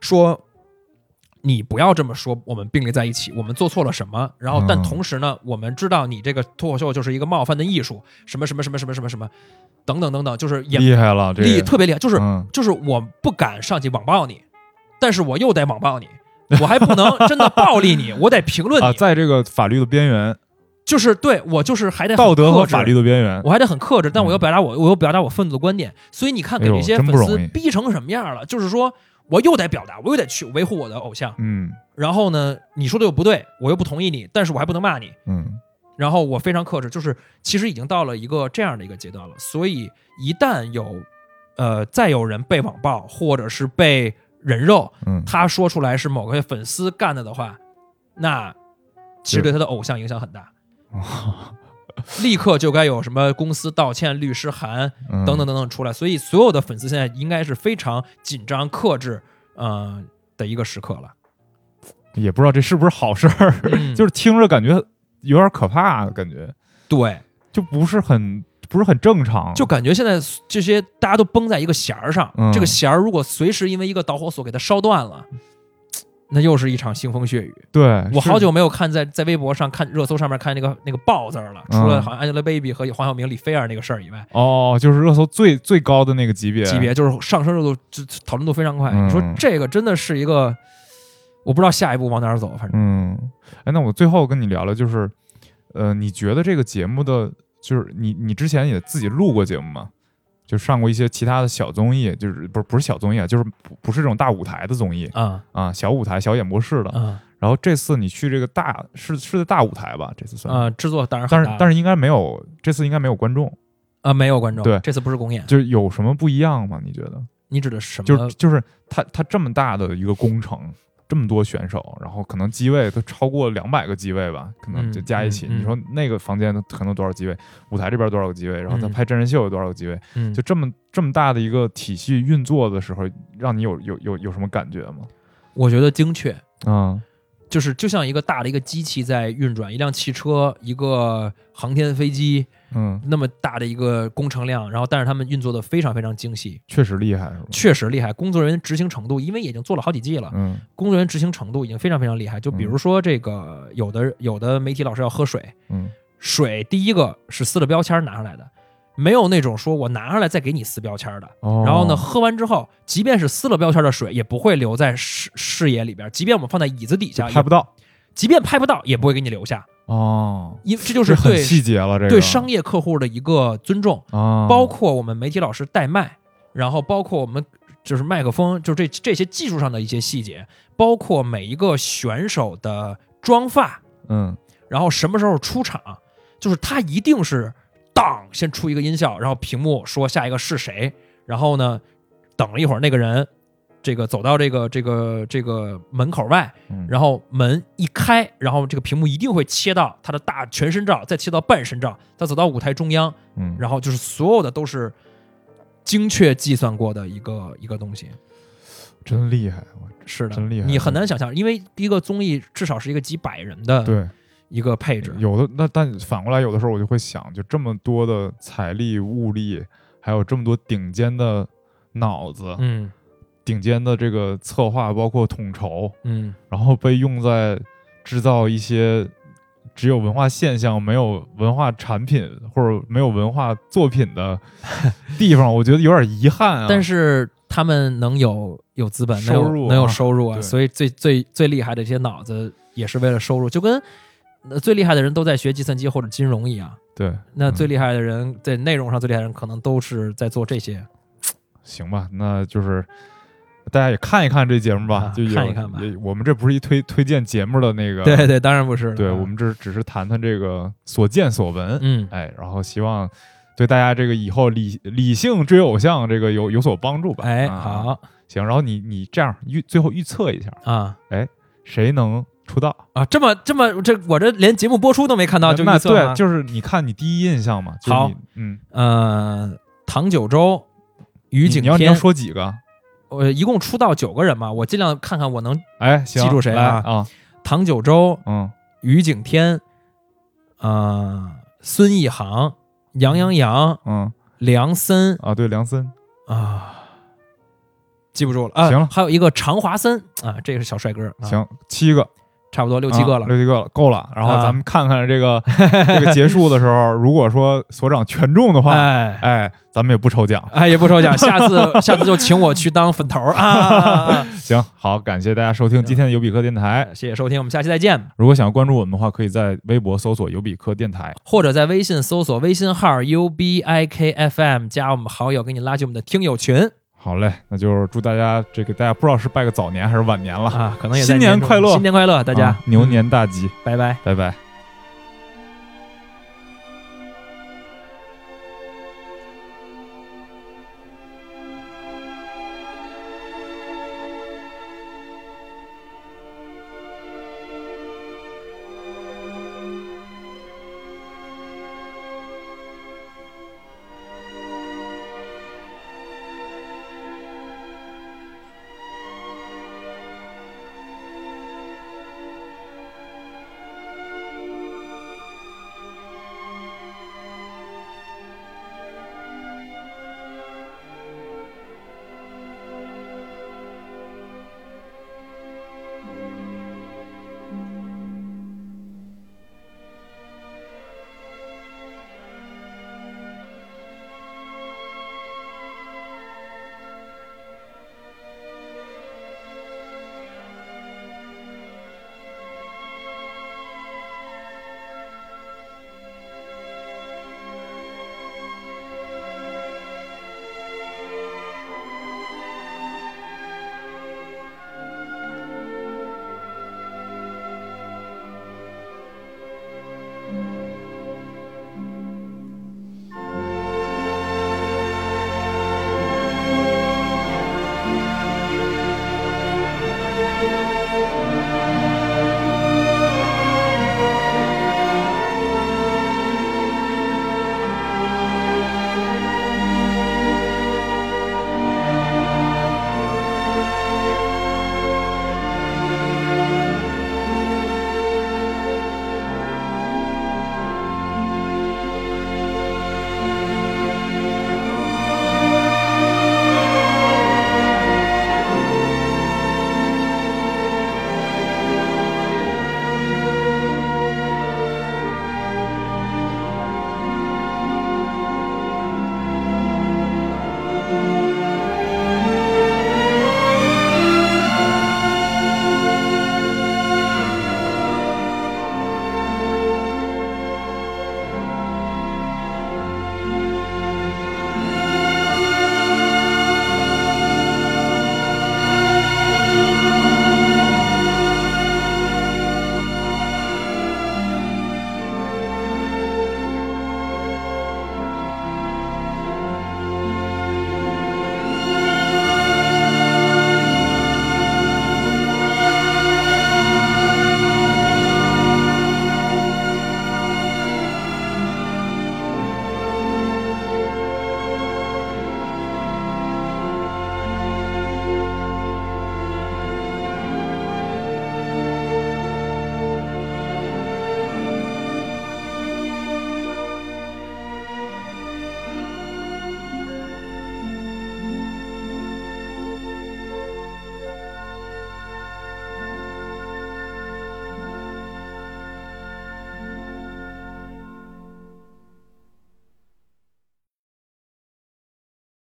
说你不要这么说，我们并列在一起，我们做错了什么？然后，但嗯同时呢，我们知道你这个脱口秀就是一个冒犯的艺术，什么什么什么什么什么什么，等等等等，就是也厉害了，这厉个特别厉害，就是嗯就是我不敢上去网暴你，但是我又得网暴你，我还不能真的暴力你，我得评论啊，你，在这个法律的边缘，就是对我就是还得很道德和克制法律的边缘，我还得很克制，但我要表达我，我要表达我愤怒的观点。所以你看，给哎呦这些真粉不丝容易逼成什么样了？就是说我又得表达，我又得去维护我的偶像。嗯然后呢，你说的又不对，我又不同意你，但是我还不能骂你。嗯然后我非常克制，就是其实已经到了一个这样的一个阶段了。所以一旦有，呃，再有人被网暴或者是被人肉，嗯，他说出来是某个粉丝干的的话，那其实对他的偶像影响很大。立刻就该有什么公司道歉、律师函嗯等等等等出来。所以所有的粉丝现在应该是非常紧张、克制，嗯、的一个时刻了。也不知道这是不是好事儿，嗯就是听着感觉有点可怕，感觉对，就不是很不是很正常，就感觉现在这些大家都绷在一个弦儿上，嗯这个弦儿如果随时因为一个导火索给它烧断了，那又是一场腥风血雨。对我是好久没有看在在微博上看热搜上面看那个那个爆字儿了，除嗯了好像 Angelababy 和黄晓明、李菲儿那个事儿以外，哦，就是热搜最最高的那个级别级别就是上升热度、就讨论度非常快。嗯你说这个真的是一个，我不知道下一步往哪儿走，反正嗯，哎，那我最后跟你聊聊，就是，呃，你觉得这个节目的，就是你你之前也自己录过节目吗？就上过一些其他的小综艺，就是不是不是小综艺啊，就是不不是这种大舞台的综艺啊啊，小舞台、小演播室的。啊然后这次你去这个大是是在大舞台吧？这次算，啊！制作当然但是但是是应该没有，这次应该没有观众，啊没有观众，对这次不是公演，就是有什么不一样吗？你觉得？你指的是什么？就是就是他他这么大的一个工程，这么多选手，然后可能机位都超过两百个机位吧，可能嗯就加一起，嗯嗯你说那个房间可能多少机位，舞台这边多少个机位，然后他嗯拍真人秀有多少个机位，嗯就这么这么大的一个体系运作的时候，让你有有有有什么感觉吗？我觉得精确，嗯就是就像一个大的一个机器在运转，一辆汽车，一个航天飞机，嗯，那么大的一个工程量，然后但是他们运作的非常非常精细，确实厉害，是吧？确实厉害。工作人员执行程度，因为已经做了好几季了，嗯工作人员执行程度已经非常非常厉害。就比如说这个，有的有的媒体老师要喝水，嗯水第一个是撕了标签拿上来的，没有那种说我拿上来再给你撕标签的。哦，然后呢，喝完之后，即便是撕了标签的水，也不会留在视视野里边。即便我们放在椅子底就下，拍不到即便拍不到，也不会给你留下，哦，因为这就这是很对细节了，这个对商业客户的一个尊重，啊，包括我们媒体老师带麦，然后包括我们就是麦克风，就这这些技术上的一些细节，包括每一个选手的妆发，嗯然后什么时候出场，就是他一定是当先出一个音效，然后屏幕说下一个是谁，然后呢，等了一会儿那个人。这个走到这个这个这个门口外，嗯，然后门一开，然后这个屏幕一定会切到他的大全身照，再切到半身照，再走到舞台中央，嗯然后就是所有的都是精确计算过的一个一个东西。真厉害，啊我是的，真厉害你很难想象，因为一个综艺至少是一个几百人的对。嗯一个配置。有的那但反过来，有的时候我就会想，就这么多的财力、物力，还有这么多顶尖的脑子、嗯顶尖的这个策划，包括统筹，嗯，然后被用在制造一些只有文化现象、没有文化产品或者没有文化作品的地方，我觉得有点遗憾啊。但是他们能有有资本，能收入有啊能有收入啊，对所以最最最厉害的这些脑子也是为了收入，就跟呃最厉害的人都在学计算机或者金融一样。对，那最嗯厉害的人，在内容上最厉害的人，可能都是在做这些。行吧，那就是大家也看一看这节目吧，啊就有看一看吧也我们这不是一推推荐节目的那个，对对，当然不是了。对，我们这只是谈谈这个所见所闻，嗯，哎，然后希望对大家这个以后理理性追偶像这个有有所帮助吧。哎，啊，好行，然后你你这样预最后预测一下，啊。谁能出道？啊，这么这么这我这连节目播出都没看到就那预测对，吗就是你看你第一印象嘛，就是好你，嗯，呃，唐九洲、于你景你要你要天，说几个？呃，一共出道九个人嘛，我尽量看看我能哎，行，记住谁来啊啊？唐九洲、嗯，于景天，呃，孙一航、杨阳洋、嗯梁森啊，对，梁森，啊。记不住了啊！行了还有一个常华森啊，这个是小帅哥，啊，行，七个，差不多六七个啊了。六七个了，够了。然后啊咱们看看这个 这个结束的时 候，如果说所长全中的话，哎哎，咱们也不抽奖。哎，也不抽奖，下次下次就请我去当粉头儿啊！ 行，好，感谢大家收听今天的有比克电台。谢谢收听，我们下期再见。如果想要关注我们的话，可以在微博搜索“有比克电台或者在微信搜索微信号 U B I K F M，加我们好友，给你拉进我们的听友群”。好嘞，那就是祝大家这个大家不知道是拜个早年还是晚年了，啊，可能也在新年中快乐啊新年快乐，大家、啊牛年大吉，拜拜。拜拜。